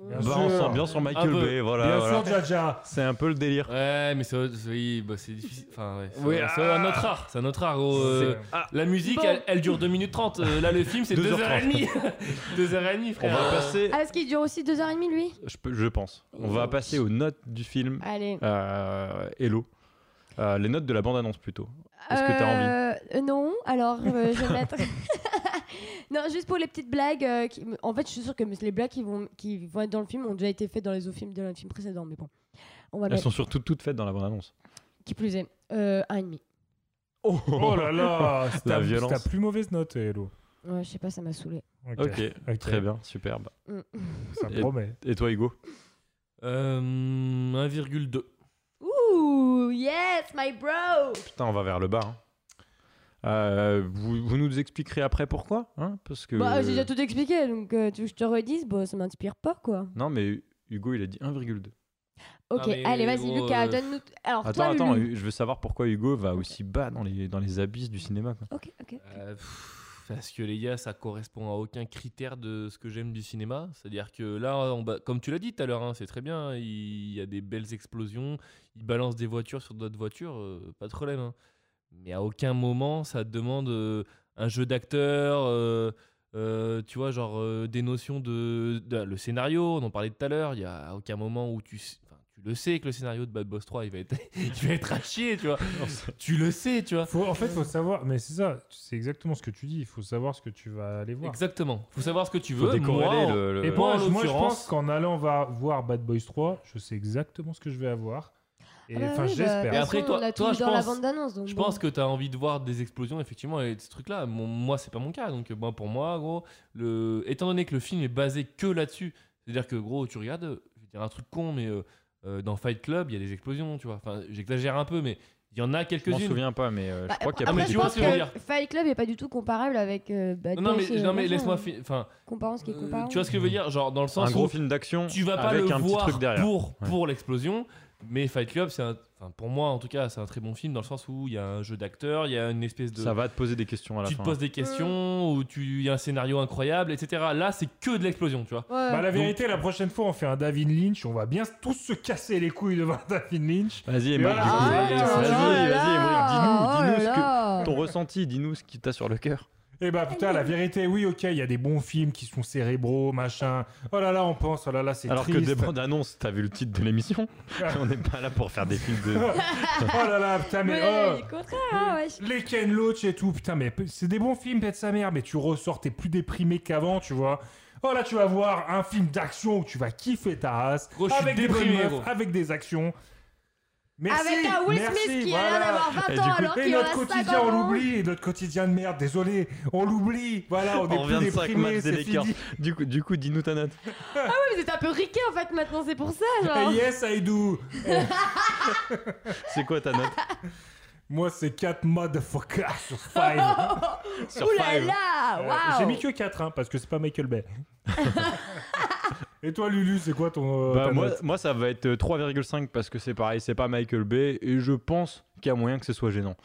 B: Bien
A: Bah, on
B: sûr.
A: s'ambiance sur Michael
D: peu.
A: Bay. Voilà.
B: Bien
A: voilà.
B: sûr, Jaja.
A: C'est un peu le délire.
D: Ouais, mais c'est oui, bah, c'est difficile. Enfin, ouais. C'est
A: Oui,
D: c'est un autre art. C'est un autre art. gros, euh,
A: [laughs]
D: La musique,
C: Bon.
D: elle, elle dure 2 minutes 30. euh, là, le film, c'est
A: 2 heures
D: 2h30. [laughs] 2h30,
A: On
D: frère.
A: va passer.
C: Ah, parce qu'il dure aussi 2h30 lui
A: Je, peux- je pense. On va passer aux notes du film
C: Allez.
A: euh, Hello. Euh, les notes de la bande-annonce plutôt. Est-ce que t'as envie
C: Euh, euh, Non, alors euh, je vais mettre. [laughs] non, juste pour les petites blagues. euh, qui- En fait, je suis sûre que les blagues qui vont, qui vont être dans le film ont déjà été faites dans les autres films de film précédent, mais bon. On va
A: Elles
C: mettre
A: sont surtout toutes faites dans la bande-annonce.
C: qui plus est. Euh, un et demi.
A: [laughs] Oh,
B: Oh là là, c'est
A: La
B: ta-
A: violence.
B: c'est ta plus mauvaise note, Hello.
C: Ouais, je sais pas, ça m'a saoulé.
A: Ok, très bien, superbe.
C: Mm.
B: Ça
A: Et-
B: promet.
A: Et toi, Hugo
D: Euh, 1,2.
C: Ouh, yes, my bro
A: Putain, on va vers le bas. hein. Euh, vous, vous nous expliquerez après pourquoi hein Parce que.
C: Bah, j'ai déjà tout expliqué, donc euh, tu veux que je te redise Bon, ça m'inspire pas, quoi.
A: Non, mais Hugo, il a dit 1,2.
C: Ok,
D: Ah, mais
C: allez, vas-y,
D: gros,
C: Lucas,
D: euh,
C: donne-nous. Alors,
A: Attends,
C: toi, Lulu.
A: attends, euh, je veux savoir pourquoi Hugo va aussi bas dans les, dans les abysses du cinéma. quoi.
C: Ok, ok.
D: Euh, pff, parce que les gars, ça correspond à aucun critère de ce que j'aime du cinéma. C'est-à-dire que là, on ba- comme tu l'as dit tout à l'heure, hein, c'est très bien. Il y a des belles explosions. Il balance des voitures sur d'autres voitures. euh, pas de problème. hein. Mais à aucun moment, ça te demande euh, un jeu d'acteur. euh, euh, tu vois, genre euh, des notions de, de- Le scénario, on en parlait tout à l'heure. Il y a aucun moment où tu. s- enfin, Tu le sais que le scénario de Bad Boss 3 il va être, [laughs] il va être à chier, tu vois. tu le sais, tu vois.
B: Faut- en fait, faut savoir, mais c'est ça, c'est exactement ce que tu dis, il faut savoir ce que tu vas aller voir.
D: Exactement. Faut savoir ce que tu
A: Faut
D: veux.
A: décorréler
D: moi, en-
A: le. le-
B: Et
D: bon,
B: moi,
D: en
B: je- moi, je
D: l'occurrence-
B: pense qu'en allant va- voir Bad Boys 3, je sais exactement ce que je vais avoir. Et
C: Ah bah
B: enfin,
C: oui, bah,
B: j'espère.
D: Et après,
C: façon,
D: toi-
C: on l'a tout
D: toi,
C: mis
D: je
C: dans la
D: pense-
C: bande d'annonce.
D: Je pense que tu as envie de voir des explosions, effectivement, et ce truc-là. Mon- moi, c'est pas mon cas. Donc, moi, pour moi, gros, le... étant donné que le film est basé que là-dessus, c'est-à-dire que, gros, tu regardes, euh, je vais dire un truc con, mais euh, euh, dans Fight Club, il y a des explosions, tu vois. Enfin, j'exagère un peu, mais il y en a
A: Je m'en
D: quelques-unes.
A: souviens pas, mais
C: Bah,
A: euh, je crois qu'il y a
D: après,
A: plus
D: tu
A: de-
D: vois ce que je veux dire.
C: Fight Club est pas du tout comparable avec euh, Bad
D: Non, mais,
C: Boys, euh,
D: non, mais
C: machin.
B: hein.
D: laisse-moi. fi- Enfin,
C: Comparons ce qui est
D: euh,
C: comparable.
D: tu vois ce que je veux dire Genre, dans le sens
A: un gros
D: où
A: film d'action
D: tu vas pas
A: avec
D: le
A: un petit
D: voir
A: truc derrière.
D: pour pour l'explosion mais Fight Club c'est un- enfin, pour moi en tout cas c'est un très bon film dans le sens où il y a un jeu d'acteur il y a une espèce de
A: Ça va te poser des questions à la
D: tu te
A: fin.
D: poses des questions ou tu il y a un scénario incroyable etc là c'est que de l'explosion tu vois
C: Ouais.
B: Bah, la vérité, la prochaine fois, on fait un David Lynch, on va bien tous se casser les couilles devant [laughs] David Lynch.
A: Vas-y,
B: Mais
A: Emmerich, du
B: voilà.
A: coup,
B: Ah,
A: vas-y,
B: là,
A: vas-y,
B: là,
A: vas-y,
C: oh là.
A: Emmerich, dis-nous,
C: Oh
A: dis-nous ce
C: là
A: que ton ressenti, dis-nous ce qui t'a sur le cœur.
B: Et bah putain, la vérité, oui, ok, il y a des bons films qui sont cérébraux, machin. Oh là là, on pense, oh là là, c'est
A: Alors
B: triste.
A: que des bandes annonces, t'as vu le titre de l'émission On n'est pas là pour faire des films de.
B: Oh là là, putain, mais oh,
C: Ouais, au contraire, hein, wesh.
B: Les Ken Loach et tout, putain, mais c'est des bons films, pète sa mère, mais tu ressors, t'es plus déprimé qu'avant, tu vois. Oh là, tu vas voir un film d'action où tu vas kiffer ta race.
D: Gros, je suis
B: avec des bonnes
D: déprimé,
B: meufs,
D: gros.
B: avec des actions. Merci,
C: Avec un Will
B: merci,
C: Smith qui a l'air
B: voilà.
C: d'avoir 20
A: Et du
C: ans
A: coup-
C: alors
B: Et
C: qu'il en a
B: notre
C: 50
B: quotidien, on
C: ans.
B: l'oublie. Et notre quotidien de merde, désolé, on l'oublie. Voilà, on est
A: En
B: plus
A: 25
B: déprimé,
A: matchs des
B: c'est
A: Lakers.
B: fini.
A: Du coup, du coup dis-nous ta note.
C: Ah ouais, mais c'est un peu riqué en fait maintenant, c'est pour ça genre.
B: Et yes, I do.
A: C'est quoi ta note
B: Moi, c'est 4 motherfuckers [laughs] sur 5.
C: [laughs]
A: Sur
C: Ouh là
A: five.
B: Euh,
C: là,
B: J'ai
C: waouh
B: mis que 4 hein, parce que c'est pas
C: [laughs]
B: Michael Bay. Et toi Lulu, c'est quoi ton euh,
A: Bah,
B: ta
A: moi,
D: [laughs]
B: note
A: moi, ça va être euh, 3,5 parce que c'est pareil, c'est pas Michael Bay et je pense qu'il y a moyen que ce soit gênant.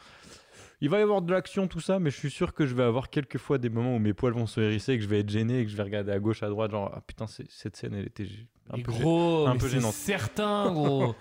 A: Il va y avoir de l'action, tout ça, mais je suis sûr que je vais avoir quelques fois des moments où mes poils vont se hérisser, que je vais être gêné et que je vais regarder à gauche, à droite, genre ah putain, c'est- cette scène elle était gê- un
D: Mais
A: peu gê-
D: gros,
A: un
D: mais
A: peu
D: c'est
A: gênante. [laughs]
D: certain, gros.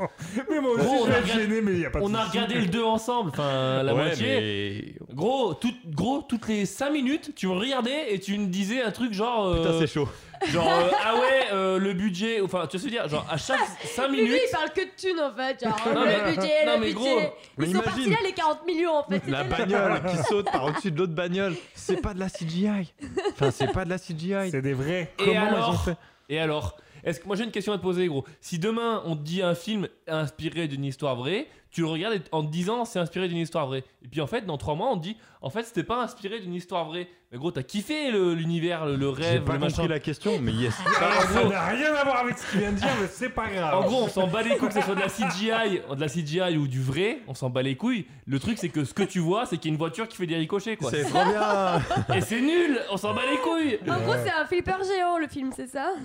B: Mais moi aussi
D: Gros, on
B: je
D: a
B: vais être
D: regardé-
B: gêné mais y a pas de
D: On a
B: souci.
D: regardé le 2 ensemble, enfin la
A: Ouais,
D: moitié.
A: mais-
D: Gros, tout, gros, toutes les 5 minutes, tu me regardais et tu me disais un truc genre. euh,
A: Putain, c'est chaud.
D: genre, euh, ah ouais, euh, le budget. Enfin, tu vois ce que je veux dire Genre, à chaque 5
C: Mais lui,
D: minutes.
C: il parle que de thunes en fait, genre
D: Non,
C: le
D: mais-
C: budget,
D: non,
C: le
D: mais
C: budget.
D: gros,
C: Ils
A: mais
C: sont partis
A: imagine.
C: là les 40 millions en fait.
A: La bagnole qui saute par au-dessus de l'autre bagnole, c'est pas de la CGI. Enfin, c'est pas de la CGI.
B: C'est des vrais.
D: Et
A: Comment elles ont
D: alors
A: fait
D: Et alors Est-ce que moi j'ai une question à te poser, gros Si demain on te dit un film inspiré d'une histoire vraie, tu le regardes et- en te disant c'est inspiré d'une histoire vraie. Et puis en fait, dans trois mois, on te dit en fait c'était pas inspiré d'une histoire vraie. Mais gros, t'as kiffé le- l'univers, le, le
A: J'ai
D: rêve,
A: pas
D: le
A: compris
D: machin.
A: la question, mais yes.
C: Ah,
D: Bah, en
B: Ça
D: gros-
B: n'a rien à voir avec ce qu'il vient de dire mais c'est pas grave.
D: En gros, on s'en bat les couilles que ce soit de la CGI, de la CGI ou du vrai, on s'en bat les couilles. Le truc, c'est que ce que tu vois, c'est qu'il y a une voiture qui fait des ricochets, quoi.
A: C'est Bah trop bien.
D: Et c'est nul, on s'en bat les couilles.
C: En gros, c'est un flipper géant le film, c'est ça [laughs]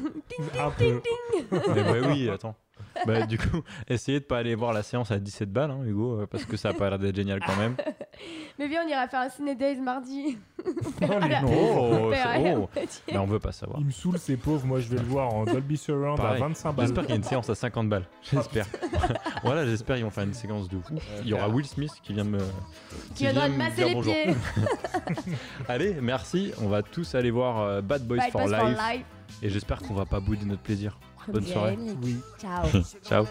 B: un peu.
A: Mais bah oui, attends. Bah, du coup, essayez de pas aller voir la séance à 17 balles, hein, Hugo, euh, parce que ça a pas l'air d'être génial
C: [laughs]
A: quand même.
C: Mais viens, on ira faire un ciné days mardi.
B: Oh, les
C: Voilà.
B: pauvres.
A: Oh,
C: On verra,
A: c'est-
C: on
A: oh.
C: va dire.
A: Mais on veut pas savoir.
B: Il me saoule ces pauvres, moi je vais le voir en Dolby Surround
A: Pareil.
B: à 25 balles.
A: J'espère qu'il y a une séance à 50 balles.
C: Oh,
A: J'espère. [laughs] voilà, j'espère qu'ils vont faire une séquence de ouf. Il y aura Will Smith qui vient me.
C: Qui viendra de
A: me
C: masser
A: dire
C: les
A: bonjour.
C: pieds.
A: Allez, merci. On va tous aller voir euh, Bad Boys
C: Bad
A: for
C: Boys
A: Life.
C: for life.
A: Et j'espère qu'on va pas bouder
C: [laughs]
A: notre plaisir.
C: Comme
A: Bonne soirée.
C: Jérémy.
A: [laughs]
C: Ciao.
A: Ciao.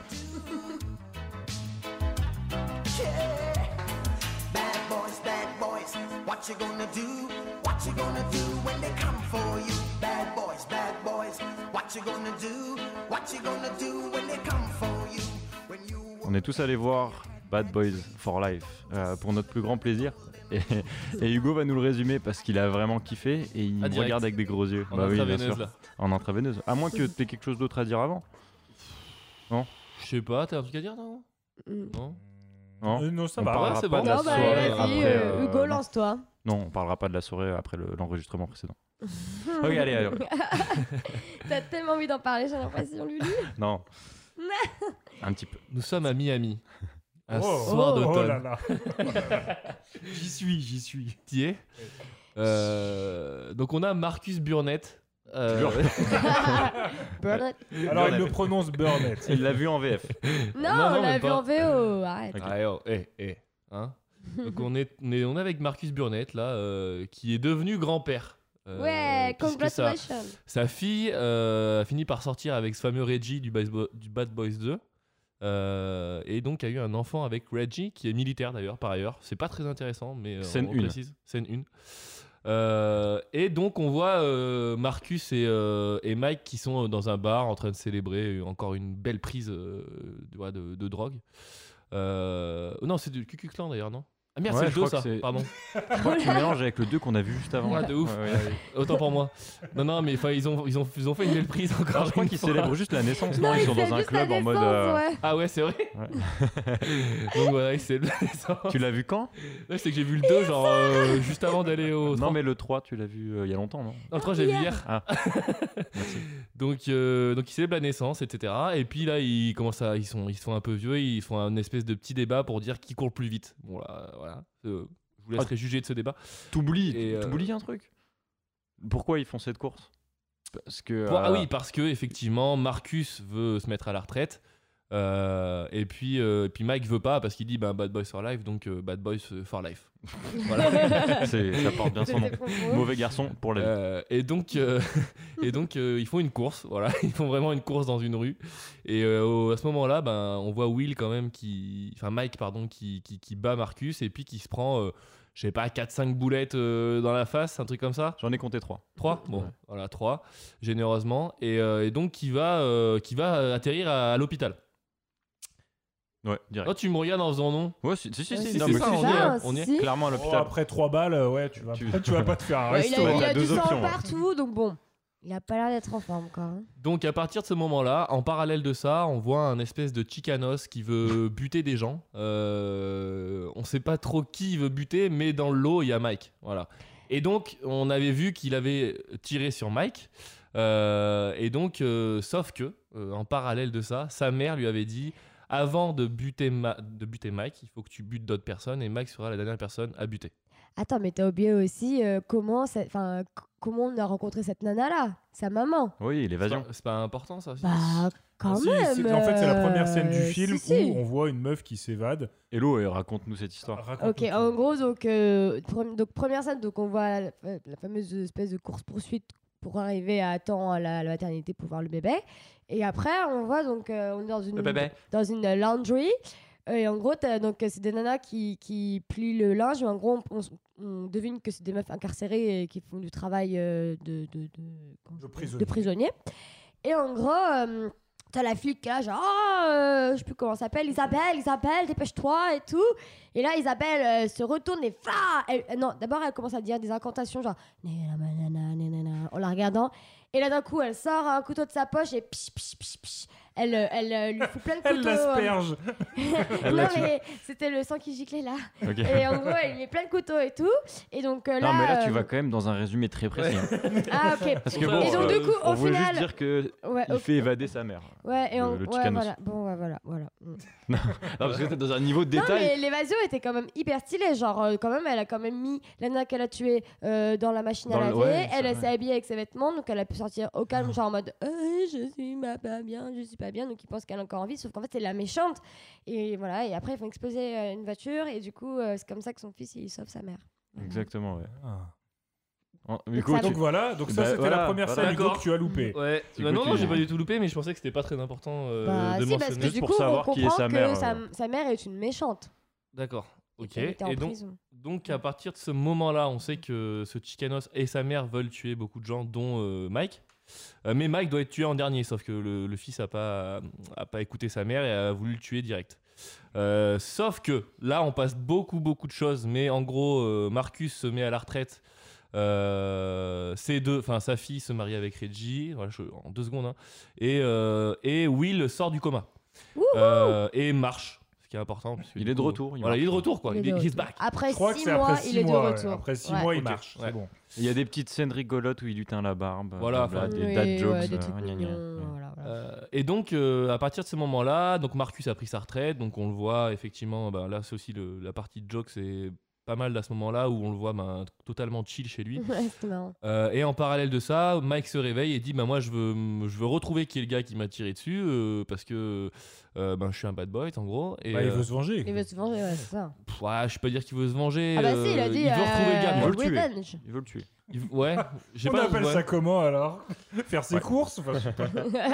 G: Bad boys, bad boys, what you gonna do? What you gonna do when they come for you? Bad boys, bad boys, what you gonna do? What you gonna do when they come for you? When you
A: On est tous allés voir Bad Boys for Life euh, pour notre plus grand plaisir. [laughs] Et, et Hugo va nous le résumer parce qu'il a vraiment kiffé et il
D: Ah,
A: me
D: direct.
A: regarde avec des gros yeux.
D: En
A: Bah oui, bien
D: intraveineuse,
A: sûr.
D: là.
A: En intraveineuse. À moins que tu aies quelque chose d'autre à dire avant.
D: Je sais pas, t'as un truc à dire, non
C: Mm.
D: Non
A: Non,
B: Euh, non, ça
A: on
B: va.
A: parlera
D: ouais, c'est
A: pas
D: bon.
A: de la
C: Non,
D: Non,
C: bah,
D: bah,
A: soirée
D: allez,
C: vas-y,
A: après.
C: euh,
A: euh,
C: Hugo,
A: non.
C: lance-toi.
A: non. on parlera pas de la soirée après le-
C: [laughs]
A: l'enregistrement précédent. ok, allez, allez.
C: T'as tellement envie d'en parler, j'ai l'impression,
A: [laughs]
C: Lulu. [laughs]
A: Non. Un petit peu.
D: Nous sommes à Miami. Un
B: Oh.
D: soir
B: Oh
D: d'automne.
B: là là.
D: J'y suis, j'y suis. T'y es Euh, Donc on a Marcus Burnett. euh,
C: Burn it.
B: Alors il le prononce
D: [laughs]
B: Burnett.
A: [laughs]
D: Oh,
A: Il l'a vu en VF.
C: Non,
D: non,
C: on l'a
D: même
C: vu
D: pas.
C: en VO, arrête.
A: Ok.
D: Ah, oh, eh, eh, hein Donc on est, on est, on est avec Marcus Burnett là, euh, qui est devenu grand-père. Euh,
C: Ouais,
D: puisque sa,
C: congratulations.
D: sa fille euh, a fini par sortir avec ce fameux Reggie du, Basebo- du Bad Boys 2. euh, et donc a eu un enfant avec Reggie qui est militaire d'ailleurs par ailleurs c'est pas très intéressant mais euh,
A: Scène
D: on
A: une.
D: précise scène 1 et donc on voit euh, Marcus et, euh, et Mike qui sont euh, dans un bar en train de célébrer euh, encore une belle prise euh, tu vois, de, de drogue Euh, non c'est du QQ Clan d'ailleurs non ah merde
A: Ouais,
D: c'est
A: je
D: le dos
A: crois
D: ça
A: que c'est-
D: pardon
A: Je crois que tu mélanges avec le 2 qu'on a vu juste avant.
D: Ouais, de ouf.
A: Ouais, ouais, ouais.
D: autant pour moi non non mais enfin ils ont, ils, ont, ils ont fait une belle prise encore
A: Alors, je crois
D: une
A: qu'ils
D: fois.
A: célèbrent juste la naissance.
C: Non,
A: Non, ils
C: il
A: sont
C: fait
A: dans un
C: juste la
A: club en mode.
C: naissance,
A: euh,
C: ouais.
D: ah ouais c'est vrai
A: Ouais.
D: [laughs]
A: [laughs]
D: donc voilà c'est le ça.
A: Tu l'as vu quand
D: Ouais, c'est que j'ai vu le 2 genre euh, juste avant d'aller au
A: Non, mais le 3, tu l'as vu euh, il y a longtemps, non
D: Non, le 3 j'ai vu
C: Hier.
D: hier
A: Ah.
D: [laughs] donc euh, donc il célèbre la naissance etc et puis là ils commencent à ils sont ils sont un peu vieux ils font un espèce de petit débat pour dire qui court le plus vite bon là voilà Euh, je vous
A: Ah.
D: laisserai juger de ce débat Et,
A: T'oublies,
D: euh,
A: t'oublies un truc Pourquoi ils font cette course Parce que.
D: Pour- ah
A: euh,
D: oui, parce que effectivement, Marcus veut se mettre à la retraite. euh, et puis, euh, et puis Mike veut pas parce qu'il dit bah, Bad Boys for Life, donc euh, Bad Boys for Life. [laughs]
A: [laughs]
D: voilà.
A: c'est- ça porte
D: [laughs]
A: bien son nom.
C: C'était propos.
A: Mauvais garçon pour la vie.
D: Euh, et donc, euh, [laughs] et donc euh, ils font une course, voilà, [laughs] ils font vraiment une course dans une rue. Et euh, au- à ce moment-là, ben, on voit Will quand même qui, enfin Mike pardon, qui, qui, qui bat Marcus et puis qui se prend, euh, je sais pas, 4-5 boulettes euh, dans la face, un truc comme ça.
A: J'en ai compté 3.
D: 3 Bon,
A: Ouais.
D: voilà, 3, généreusement. Et, euh, et donc, qui va, euh, qui va atterrir à, à l'hôpital.
A: Ouais, direct.
D: Toi, tu me regardes en faisant non
A: Ouais, si, si, si,
D: Ouais,
A: si,
D: si,
A: non,
D: c'est
A: mais
D: ça,
A: si,
D: on
A: si,
D: est-
A: hein.
C: Ah,
D: on est-
C: Euh, si.
A: Clairement à
B: Oh,
A: l'hôpital.
B: après 3 balles, euh, ouais, tu vas,
A: Tu-
B: tu vas pas te faire un
C: Ouais, il a,
B: resto.
C: il a
A: T'as
C: du
A: deux
C: sang
A: options, ouais.
C: partout, donc bon, il a pas l'air d'être en forme quoi. hein.
D: Donc, à partir de ce moment-là, en parallèle de ça, on voit un espèce de chicanos qui veut [laughs] buter des gens. Euh, on sait pas trop qui il veut buter, mais dans le lot, il y a Mike. Voilà. Et donc, on avait vu qu'il avait tiré sur Mike. Euh, et donc, euh, sauf que, euh, en parallèle de ça, sa mère lui avait dit avant de buter, Ma- de buter Mike, il faut que tu butes d'autres personnes et Mike sera la dernière personne à buter.
C: Attends, mais t'as oublié aussi euh, comment, ça- enfin, c- comment on a rencontré cette nana là, sa maman.
A: Oui, l'évasion.
D: C'est pas- C'est pas important ça. si.
C: Bah quand
B: Ah, Si,
C: même.
B: c'est- en fait, c'est la première scène du
C: euh,
B: film
C: si, si.
B: où on voit une meuf qui s'évade.
A: Hello, et raconte-nous cette histoire.
B: Raconte-nous
C: Ok,
B: tout.
C: en gros, donc, euh, premi- donc, première scène, donc on voit la, fa- la fameuse espèce de course-poursuite pour arriver à temps à la, la maternité pour voir le bébé. Et après, on voit donc, euh, on est dans une,
A: Le bébé.
C: dans une laundry. Euh, Et en gros, t'as- donc, euh, c'est des nanas qui, qui plient le linge. Et en gros, on, on s- on devine que c'est des meufs incarcérées et qui font du travail euh, de, de, de- comment ça s'appelle
B: prisonnier.
C: de prisonniers. Et en gros, euh, t'as la flic qui est là, genre, Ah, euh, je sais plus comment elle s'appelle, Isabelle, Isabelle, dépêche-toi et tout. Et là, Isabelle euh, se retourne et fla elle- euh, Non, d'abord, elle commence à dire des incantations, genre, Néna, manana, nénana en la regardant. Et là, d'un coup, elle sort un couteau de sa poche et psh, psh, psh, psh, elle, euh, elle euh, lui fout plein de couteaux.
B: [laughs] Elle l'asperge.
A: Elle
C: non,
A: la tue.
C: mais c'était le sang qui giclait là.
A: Ok.
C: Et en gros, elle lui met plein de couteaux et tout. Et donc euh, là.
A: Non, mais là, tu
C: euh,
A: vas quand même dans un résumé très précis. hein.
C: Ah, ok.
A: [laughs] Parce que
D: Et
A: bon,
C: et donc,
A: euh,
C: du coup,
A: on
C: au
A: voulait juste
C: final.
A: dire que
C: Ouais,
A: il
C: au-
A: fait évader sa mère.
C: Ouais, et
A: Le-
C: on...
A: le
C: ouais,
A: chicanos.
C: voilà. Bon, ouais, voilà, voilà. Mm.
A: Non, parce que t'es dans un niveau de
C: Non,
A: détail.
C: mais l'évasion était quand même hyper stylée. Genre, euh, quand même, elle a quand même mis la nana qu'elle a tuée euh, dans la machine
A: Dans
C: à laver.
A: le- ouais, Ah. ça,
C: elle elle
A: ouais.
C: s'est habillée avec ses vêtements, donc elle a pu sortir au calme, genre en mode Euh, Je suis ma- pas bien, je suis pas bien. Donc, ils pensent qu'elle est encore en vie, sauf qu'en fait, c'est la méchante. Et voilà, et après, ils font exploser euh, une voiture, et du coup, euh, c'est comme ça que son fils, il sauve sa mère.
A: Exactement, ouais.
C: euh,
B: Ah.
A: En- du coup,
C: Mhm. ça-
A: tu-
B: Donc voilà, donc ça
A: Bah,
B: c'était
A: voilà,
B: la première
A: voilà.
B: scène Hugo,
D: D'accord.
B: que tu as loupée.
D: Ouais,
A: Du
D: bah
A: coup,
D: non,
A: tu-
D: non, j'ai pas du tout loupé, mais je pensais que c'était pas très important euh,
C: bah,
D: de
C: si, parce
D: mentionner.
C: que
A: Juste
C: du
A: pour
C: coup, on
A: savoir
C: comprend
A: qui est sa
C: que
A: mère,
C: sa,
A: euh.
C: sa mère est une méchante.
D: D'accord.
C: et
D: Ok.
C: qu'elle était en
D: Et donc,
C: prison.
D: donc
A: Mm.
D: à partir de ce moment-là, on sait que ce Chicanos et sa mère veulent tuer beaucoup de gens, dont euh, Mike. Euh, mais Mike doit être tué en dernier, sauf que le, le fils a pas a pas écouté sa mère et a voulu le tuer direct. Euh, sauf que là, on passe beaucoup beaucoup de choses, mais en gros, euh, Marcus se met à la retraite. Euh, ses deux, enfin sa fille se marie avec Reggie, voilà, je- en deux secondes, hein. et, euh, et Will sort du coma
C: Wouhou
D: Euh, et marche, ce qui est important. parce que
A: Il
D: du
A: est de
D: coup,
A: retour, il
D: voilà,
A: marche.
D: il est de retour quoi. Il
C: de
D: est, he's
C: retour.
D: back.
C: Après
B: Je crois que
C: 6
B: c'est
C: mois,
B: après 6
C: il est de
B: mois. ouais.
C: retour.
B: Après 6
C: Ouais.
B: mois, il
D: Ok,
B: marche.
D: ouais.
B: C'est bon.
A: il y a des petites scènes rigolotes où il lui teint la barbe.
D: Voilà,
A: blabla,
D: enfin,
A: des
C: Oui,
A: dad jokes.
C: ouais, des
A: euh,
C: trucs
A: gna gna,
C: mignons,
A: ouais.
C: Mmh, voilà, voilà.
D: Euh, et donc, euh, à partir de ce moment-là, donc Marcus a pris sa retraite. Donc, on le voit effectivement. ben, là, c'est aussi le- la partie de joke, c'est pas mal à ce moment-là où on le voit ben, totalement chill chez lui.
C: [laughs] Ouais, c'était marrant.
D: Euh, et en parallèle de ça, Mike se réveille et dit bah moi je veux m- je veux retrouver qui est le gars qui m'a tiré dessus euh, parce que euh, ben je suis un bad boy en gros et
B: Bah, il
D: euh,
B: veut se venger.
C: Il veut se venger, ouais, c'est ça.
D: pff, ouais, je peux pas dire qu'il veut se venger
C: Ah bah
D: euh,
C: si, il a dit.
D: veut retrouver le gars
C: euh,
D: quoi.
A: veut le tuer.
C: Revenge.
A: Il veut le tuer.
D: Il-
B: [laughs]
D: ouais j'ai
B: On
D: pas
B: appelle
D: ouais.
B: ça comment alors [laughs] Faire ses courses enfin, je-
C: [laughs]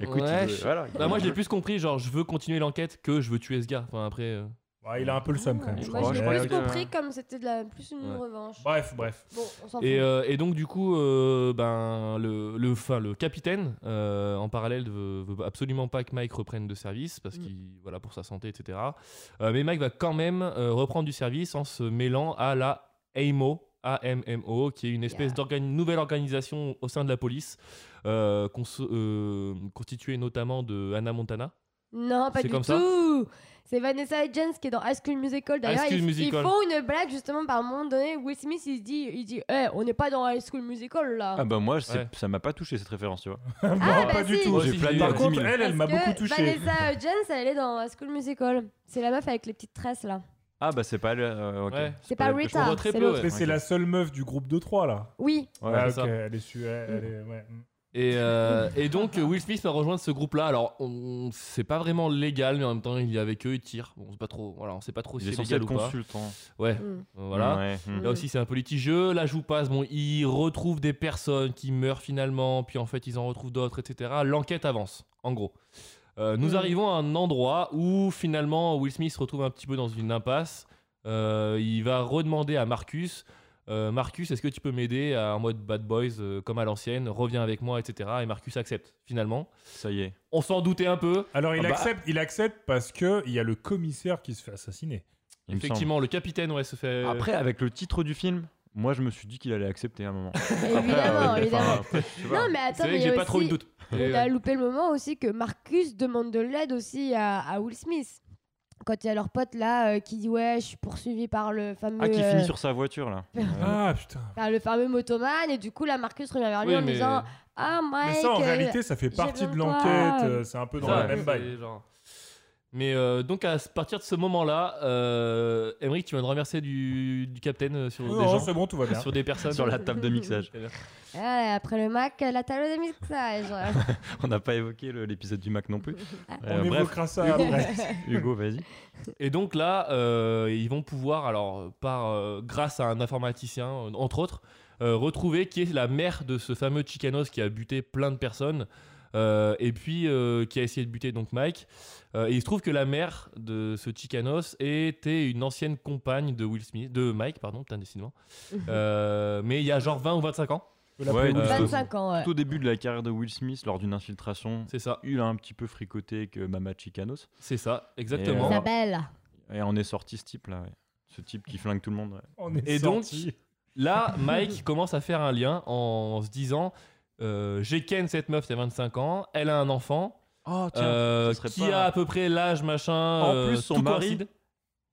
A: Écoute,
D: Ouais,
A: il veut-
D: je-
A: voilà.
D: Bah, moi j'ai plus compris genre je veux continuer l'enquête que je veux tuer ce gars enfin après euh,
B: Bah, Il a un peu le seum quand
C: Ah,
B: même. je
A: Ouais,
C: Moi,
B: crois.
C: j'ai
A: ouais,
C: plus
A: ok.
C: compris comme c'était de la- plus une
D: Ouais. Bah.
C: revanche.
B: Bref, bref.
C: Bon, on s'en fout.
D: Et, euh, et donc du coup, euh, ben le le, enfin, le capitaine euh, en parallèle veut, veut absolument pas que Mike reprenne de service parce qu'il voilà pour sa santé etc. Euh, mais Mike va quand même euh, reprendre du service en se mêlant à la AMO. AMMO, qui est une espèce
C: Yeah.
D: d'organi- nouvelle organisation au sein de la police, euh, cons- euh, constituée notamment de Anna Montana.
C: Non, pas
D: c'est
C: du
D: comme ça
C: tout. C'est Vanessa Hudgens qui est dans High School Musical. D'ailleurs,
D: High School
C: ils,
D: Musical.
C: ils font une blague justement par un moment donné. Will Smith, il se dit, il dit, Eh, on n'est pas dans High School Musical là.
A: Ah bah moi, c'est-
D: Ouais.
A: ça m'a pas touché cette référence, tu vois.
B: Non,
C: bah
B: pas du
C: si.
B: tout.
D: Moi aussi,
A: flatté
D: j'ai eu,
B: Par
A: à
D: ouais.
A: 10 000.
B: contre, elle, elle m'a
C: Parce
B: beaucoup
C: que
B: touché.
C: Vanessa Hudgens, elle est dans High School Musical. C'est la meuf avec les petites tresses là.
A: Ah bah c'est pas le... euh, ok.
D: Ouais.
C: C'est pas
A: elle que je
C: Rita.
D: On voit
C: c'est
D: très peu.
C: l'autre.
D: ouais.
B: Mais c'est la seule meuf du groupe de trois là.
C: Oui.
A: Ouais,
B: Ah,
D: c'est
B: ok,
D: ça.
B: elle est su- elle- elle est- ouais. mm.
D: Et, euh, et donc euh, Will Smith va rejoindre ce groupe-là. Alors on- c'est pas vraiment légal, mais en même temps il est avec eux, il tire. Bon, on sait pas trop. Voilà, on sait pas trop
A: Il
D: si
A: est
D: c'est
A: censé
D: légal
A: être
D: ou pas.
A: consultant.
D: Ouais, euh,
C: Mm.
D: voilà.
A: Ouais, hmm.
D: Là aussi c'est un peu litigieux. Là je vous passe. Bon, ils retrouvent des personnes qui meurent finalement, puis en fait ils en retrouvent d'autres, etc. L'enquête avance. En gros, Euh, nous
C: Mm.
D: arrivons à un endroit où finalement Will Smith se retrouve un petit peu dans une impasse. Euh, il va redemander à Marcus euh, Marcus, est-ce que tu peux m'aider à- en mode bad boys euh, comme à l'ancienne Reviens avec moi, etc. Et Marcus accepte finalement.
A: Ça y est.
D: On s'en doutait un peu.
B: Alors il
D: Ah bah,
B: accepte, il accepte parce que il y a le commissaire qui se fait assassiner.
A: il me semble.
D: Effectivement, euh, le capitaine ouais, se fait.
A: Après, avec le titre du film, moi je me suis dit qu'il allait accepter à un moment.
C: Évidemment,
A: Après, euh,
C: évidemment.
A: enfin, tu vois.
C: Non, mais attends,
D: c'est vrai
C: mais
D: que j'ai
C: aussi,
D: pas trop eu de doute.
C: on
D: Et,
C: a
D: ouais.
C: loupé le moment aussi que Marcus demande de l'aide aussi à, à Will Smith. Quand il y a leur pote là euh, qui dit ouais, je suis poursuivi par le fameux
A: Ah, qui
C: euh,
A: finit sur sa voiture là. Euh,
B: Ah putain.
C: par le fameux motoman et du coup là Marcus revient vers lui
D: Oui,
C: en
D: mais-
C: disant ah Mike.
B: Mais ça en
C: euh,
B: réalité ça fait
C: j'ai
B: partie
C: besoin
B: de
C: de toi.
B: l'enquête, euh, c'est un peu dans
D: Ça,
B: la même
D: c'est
B: bague.
D: genre- Mais euh, donc à s- partir de ce moment-là, euh, Emmerich, tu vas me remercier du, du capitaine euh, sur des
B: Non,
D: gens,
B: c'est bon, tout va bien.
D: sur des personnes.
A: Sur la table de mixage.
C: Ouais, après le Mac, la table de mixage.
A: [laughs] On n'a pas évoqué le- l'épisode du Mac non
C: [laughs]
A: plus. Euh,
B: On
A: bref, [laughs]
B: évoquera ça après.
A: Hugo, vas-y.
D: Et donc là, euh, ils vont pouvoir, alors par euh, grâce à un informaticien euh, entre autres, euh, retrouver qui est la mère de ce fameux Chicanos qui a buté plein de personnes. euh, et puis euh, qui a essayé de buter donc Mike. Euh, et il se trouve que la mère de ce Chicanos était une ancienne compagne de Will Smith, de Mike, pardon,
A: [laughs]
D: putain décidément. Euh, mais il y a genre 20 ou 25 ans,
A: Ouais,
B: Ou
A: euh,
C: 25 ans, ouais.
A: Tout au début de la carrière de Will Smith, lors d'une infiltration,
D: c'est ça,
A: il a un petit peu fricoté avec euh, Mama Chicanos.
D: c'est ça, exactement.
A: Et, euh,
C: Sa belle.
A: Et on est sorti ce type là. ouais. Ce type qui flingue tout le monde. ouais.
B: on est
D: Et donc,
B: sorti.
D: Là, Mike commence à faire un lien en se disant euh, J'ai ken cette meuf il y a 25 ans, elle a un enfant
A: Oh,
D: euh,
A: ce serait
D: qui
A: pas-
D: a à peu près l'âge machin.
A: En
D: euh,
A: plus, son
D: tout
A: mari-
D: coïncide.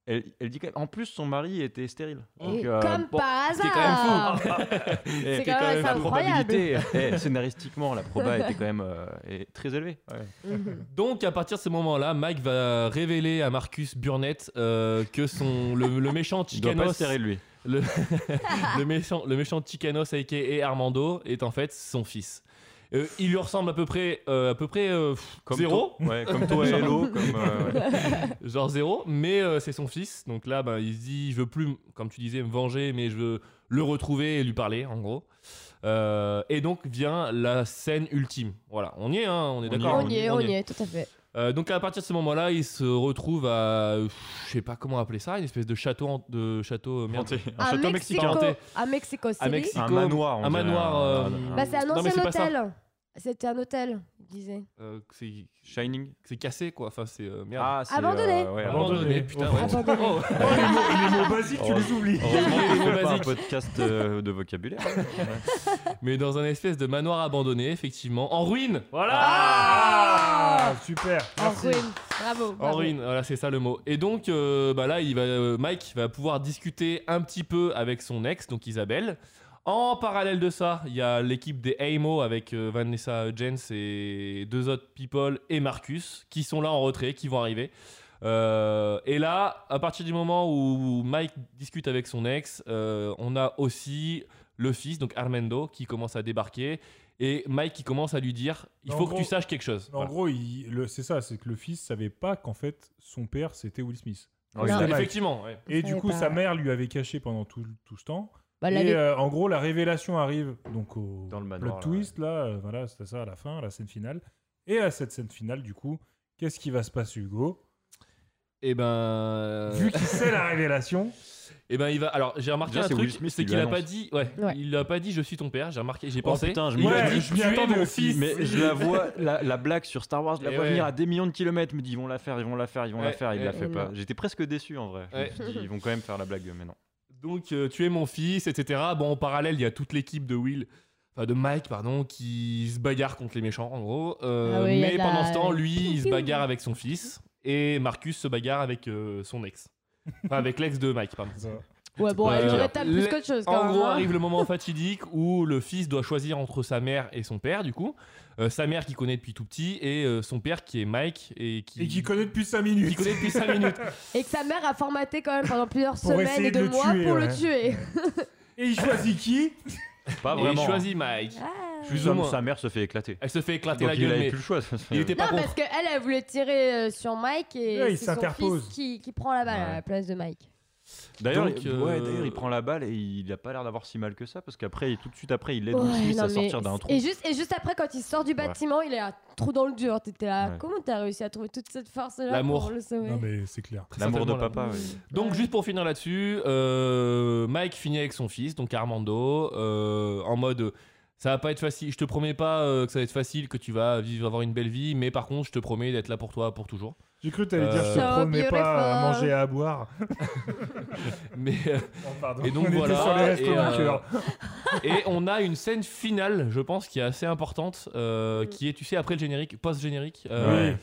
A: Elle, elle dit qu'en plus son mari était stérile.
C: Et
A: Donc, euh,
C: comme
A: bon,
C: par
D: qui est quand même fou. [laughs] hein.
C: hasard.
A: et-
C: Ah, C'est quand même
A: la
C: assez
A: [laughs] probabilité, eh, scénaristiquement, la proba était quand même euh, est très élevée. ouais.
C: Mhm.
D: Donc, à partir de ce moment-là, Mike va révéler à Marcus Burnett euh, que son, le, le méchant
A: Il doit pas être
D: Chicanos.
A: stérile [laughs] lui.
D: Le, le méchant, le méchant Chicanos a.k.a. Armando est en fait son fils. Euh, il lui ressemble à peu près, euh, à peu près euh, pff, zéro.
A: toi- ouais, comme toi et Hello. comme, euh, [laughs] ouais.
D: genre zéro, mais euh, c'est son fils. Donc là, bah, il se dit, je veux plus, m- comme tu disais, me venger, mais je veux le retrouver et lui parler, en gros. Euh, et donc vient la scène ultime. Voilà, on y est, hein, on est
A: On y
D: d'accord.
C: On y est, on y est, tout à fait.
D: Euh, donc à partir de ce moment-là, il se retrouve à, euh, je sais pas comment appeler ça, une espèce de château, en- de château euh, merde.
A: Hanté. Un
C: à
A: château
C: Mexico,
A: mexicain.
D: Hanté.
C: À Mexico City.
D: À Mexico.
A: Un manoir. on
D: Un
A: dirait,
D: manoir,
A: un-
D: euh,
A: un-
C: Bah, c'est un
D: Non, mais
C: ancien
D: c'est pas ça.
C: hôtel. C'était un hôtel, il disait.
D: Euh, c'est,
A: Shining.
D: c'est cassé quoi, enfin c'est euh, merde.
A: Ah, c'est,
C: Abandonné.
A: ouais,
D: Abandonné,
B: abandonné.
D: putain, ouais.
C: Abandonné.
D: Oh.
B: Oh, les, mots, les mots basiques, tu les oublies.
D: Heureusement que
A: [laughs]
D: les mots
A: On fait pas un
D: basiques.
A: podcast euh, de vocabulaire.
D: Mais dans un espèce de manoir abandonné, effectivement, en ruine. Voilà.
B: Ah, super.
C: En
B: Merci.
C: ruine. Bravo.
D: En
C: bravo.
D: ruine, voilà, c'est ça le mot. Et donc, euh, bah là, il va, euh, Mike va pouvoir discuter un petit peu avec son ex, donc Isabelle. En parallèle de ça, il y a l'équipe des AMO avec euh, Vanessa Jens et deux autres people et Marcus qui sont là en retrait, qui vont arriver. Euh, et là, à partir du moment où Mike discute avec son ex, euh, on a aussi le fils, donc Armando, qui commence à débarquer. Et Mike qui commence à lui dire Il
B: En
D: faut que
B: gros-
D: tu saches quelque chose.
B: En gros, il- le- c'est ça, c'est que le fils savait pas qu'en fait son père c'était Will Smith.
A: Ouais,
B: Non.
D: Voilà.
B: c'est Mike.
D: Effectivement, ouais.
B: Et
C: savait
B: du coup,
C: pas.
B: sa mère lui avait caché pendant tout, tout ce temps.
C: Bah, la-
B: et euh, en gros, la révélation arrive donc au
A: Dans le
B: plot
A: manoir, là,
B: twist là. euh, voilà, c'est ça à la fin, à la scène finale. Et à cette scène finale, du coup, qu'est-ce qui va se passer, Hugo
D: Et ben.
B: Vu qu'il sait la révélation,
D: Et ben il va. Alors j'ai remarqué
A: Déjà,
D: un
A: c'est
D: truc,
A: Will Smith
D: c'est
A: qui
D: qu'il
A: lui
D: a pas
A: annonce.
D: dit. Ouais.
C: Ouais.
D: Il a pas dit je suis ton père. J'ai remarqué, j'ai
A: Oh,
D: pensé.
A: putain, je
D: il
A: m'y
D: a
A: attendais.
D: dit
B: Je m'y
D: tu es
B: attendais
D: mon
B: aussi.
D: fils.
A: Mais je la vois, la, la blague sur Star Wars, je la
D: Et
A: vois
D: Eh ouais.
A: venir à des millions de kilomètres. Je me dis, ils vont la faire, ils vont la faire, ils vont la
D: Ouais,
A: faire. Ils la
D: ouais.
A: fait
C: Mm.
A: pas. J'étais presque déçu en vrai. Je me
D: Ouais.
A: suis dit, ils vont quand même faire la blague, mais non.
D: [laughs] Donc euh, tu es mon fils, etc. Bon en parallèle il y a toute l'équipe de Will. Enfin, de Mike, pardon, qui se bagarre contre les méchants, en gros. Euh,
C: Ah oui, il y a
D: mais
C: de la-
D: pendant ce temps, lui,
C: Piou,
D: il se
C: piou.
D: bagarre avec son fils. Et Marcus se bagarre avec euh, son ex. Enfin, avec l'ex de Mike, pardon.
C: Ouais, bon,
D: Ouais,
C: elle
D: alors,
C: aurait tapé plus
D: les-
C: qu'autre chose quand
D: En
C: même.
D: gros,
C: hein.
D: arrive le moment fatidique où le fils doit choisir entre sa mère et son père, du coup. Euh, sa mère qu'il connaît depuis tout petit et euh, son père qui est Mike et qui,
B: et qu'il connaît depuis 5
D: qui
B: minutes.
D: connaît depuis 5
A: [laughs]
D: minutes.
C: Et que sa mère a formaté quand même pendant plusieurs
B: Pour
C: semaines
B: essayer
C: et
B: de
C: deux
B: le
C: mois
B: tuer,
C: pour le
B: ouais.
C: tuer.
B: Et il choisit qui
A: Pas
D: Et il
A: vraiment.
D: choisit Mike.
C: Ah.
D: Plus ou
A: Comme
D: moins.
A: sa mère se fait éclater.
D: Ah, hein. Elle se fait éclater
A: Donc
D: la
A: il
D: gueule,
A: avait
D: mais
A: plus le choix.
D: il était pas
C: Non,
D: contre.
C: parce qu'elle, elle voulait tirer euh, sur Mike et
B: Ouais, il
C: c'est son
B: s'interpose.
C: fils qui, qui prend la balle à
A: Ouais.
C: la place de Mike.
A: D'ailleurs,
D: Donc,
A: il-
D: euh,
A: ouais, d'ailleurs, il prend la balle et il a pas l'air d'avoir si mal que ça parce qu'après, il- tout de suite après, il aide
C: Ouais,
A: le Smith
C: non,
A: à
C: mais-
A: sortir d'un trou.
C: Et juste, et juste après, quand il sort du bâtiment, il est un trou dans le dur. T'étais là,
A: Ouais.
C: comment t'as réussi à trouver toute cette force-là
D: L'amour.
C: pour le sauver
B: Non, mais c'est clair.
D: Très
A: L'amour de
D: certainement,
A: papa.
C: l'amour.
A: oui.
D: Donc juste pour finir là-dessus, euh, Mike finit avec son fils, donc Armando, euh, en mode euh, ça va pas être facile, je te promets pas euh, que ça va être facile, que tu vas vivre avoir une belle vie, mais par contre je te promets d'être là pour toi pour toujours.
B: J'ai cru que t'allais dire je te
C: So
B: promets pas à
C: beautiful.
B: manger et à [laughs] boire.
D: Mais, euh,
B: Oh, pardon.
D: Et donc
B: On était
D: voilà,
B: sur les restos
D: et,
B: du
D: euh,
B: cœur.
D: et on a une scène finale, je pense, qui est assez importante, euh, qui est, tu sais, après le générique, post-générique, euh,
A: Ouais.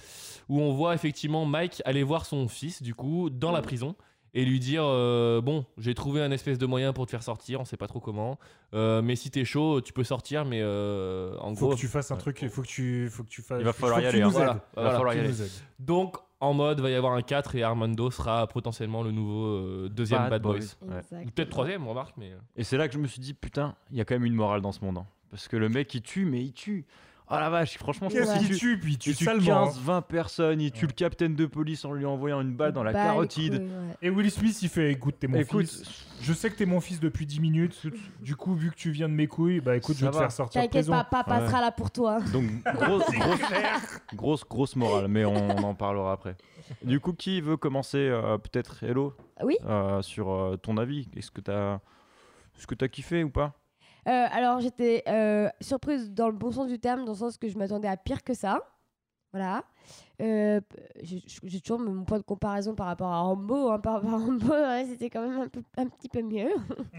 D: où on voit effectivement Mike aller voir son fils, du coup, dans la prison, et lui dire, euh, bon, j'ai trouvé un espèce de moyen pour te faire sortir, on sait pas trop comment, euh, mais si t'es chaud, tu peux sortir, mais euh, en
B: Faut
D: gros...
B: que tu fasses un truc, faut que tu, faut que tu fasses.
A: Il va
B: faut
A: falloir
B: que
A: y
B: tu
A: aller,
B: nous
A: hein.
B: aides.
D: Voilà,
A: Il va
D: voilà.
A: falloir y
B: Tu
A: aller.
B: nous aides.
D: Donc, en mode, va y avoir un 4 et Armando sera potentiellement le nouveau euh, deuxième Bad, Boys.
A: Ouais.
C: Exact.
D: Ou peut-être troisième, on remarque, mais...
A: Et c'est là que je me suis dit, putain, il y a quand même une morale dans ce monde. hein. Parce que le mec, il tue, mais il tue. Oh la vache, franchement, je pense
B: Qu'est-ce
A: qu'il
B: qu'il
A: tue.
B: tue puis il
A: Il
B: tue
A: tue
B: salement. hein.
A: 15, 20 personnes, il tue le capitaine de police en lui envoyant une balle dans la
C: Bah, les
A: carotide.
C: couilles, ouais.
B: Et Will Smith, il fait écoute, t'es mon
A: Écoute,
B: fils. Je sais que t'es mon fils depuis 10 minutes. Du coup, vu que tu viens de mes couilles, bah écoute, je
A: Ça
B: vais te
A: va.
B: faire sortir de
C: T'inquiète
B: prison. Eh,
C: pas, papa
A: Ouais.
C: sera là pour toi.
A: donc grosse,
B: [laughs]
A: grosse, grosse, grosse morale, mais on, on en parlera après. Du coup, qui veut commencer euh, Peut-être Hello
C: Oui.
A: Euh, Sur euh, ton avis, est-ce que t'as est-ce que t'as kiffé
C: [laughs]
A: ou pas
C: Euh, alors j'étais euh, surprise dans le bon sens du terme, dans le sens que je m'attendais à pire que ça. Voilà. Euh, p- J'ai j'ai toujours mon point de comparaison par rapport à Rambo. hein, par rapport à Rambo, [laughs] ouais, c'était quand même un, peu- un petit peu mieux.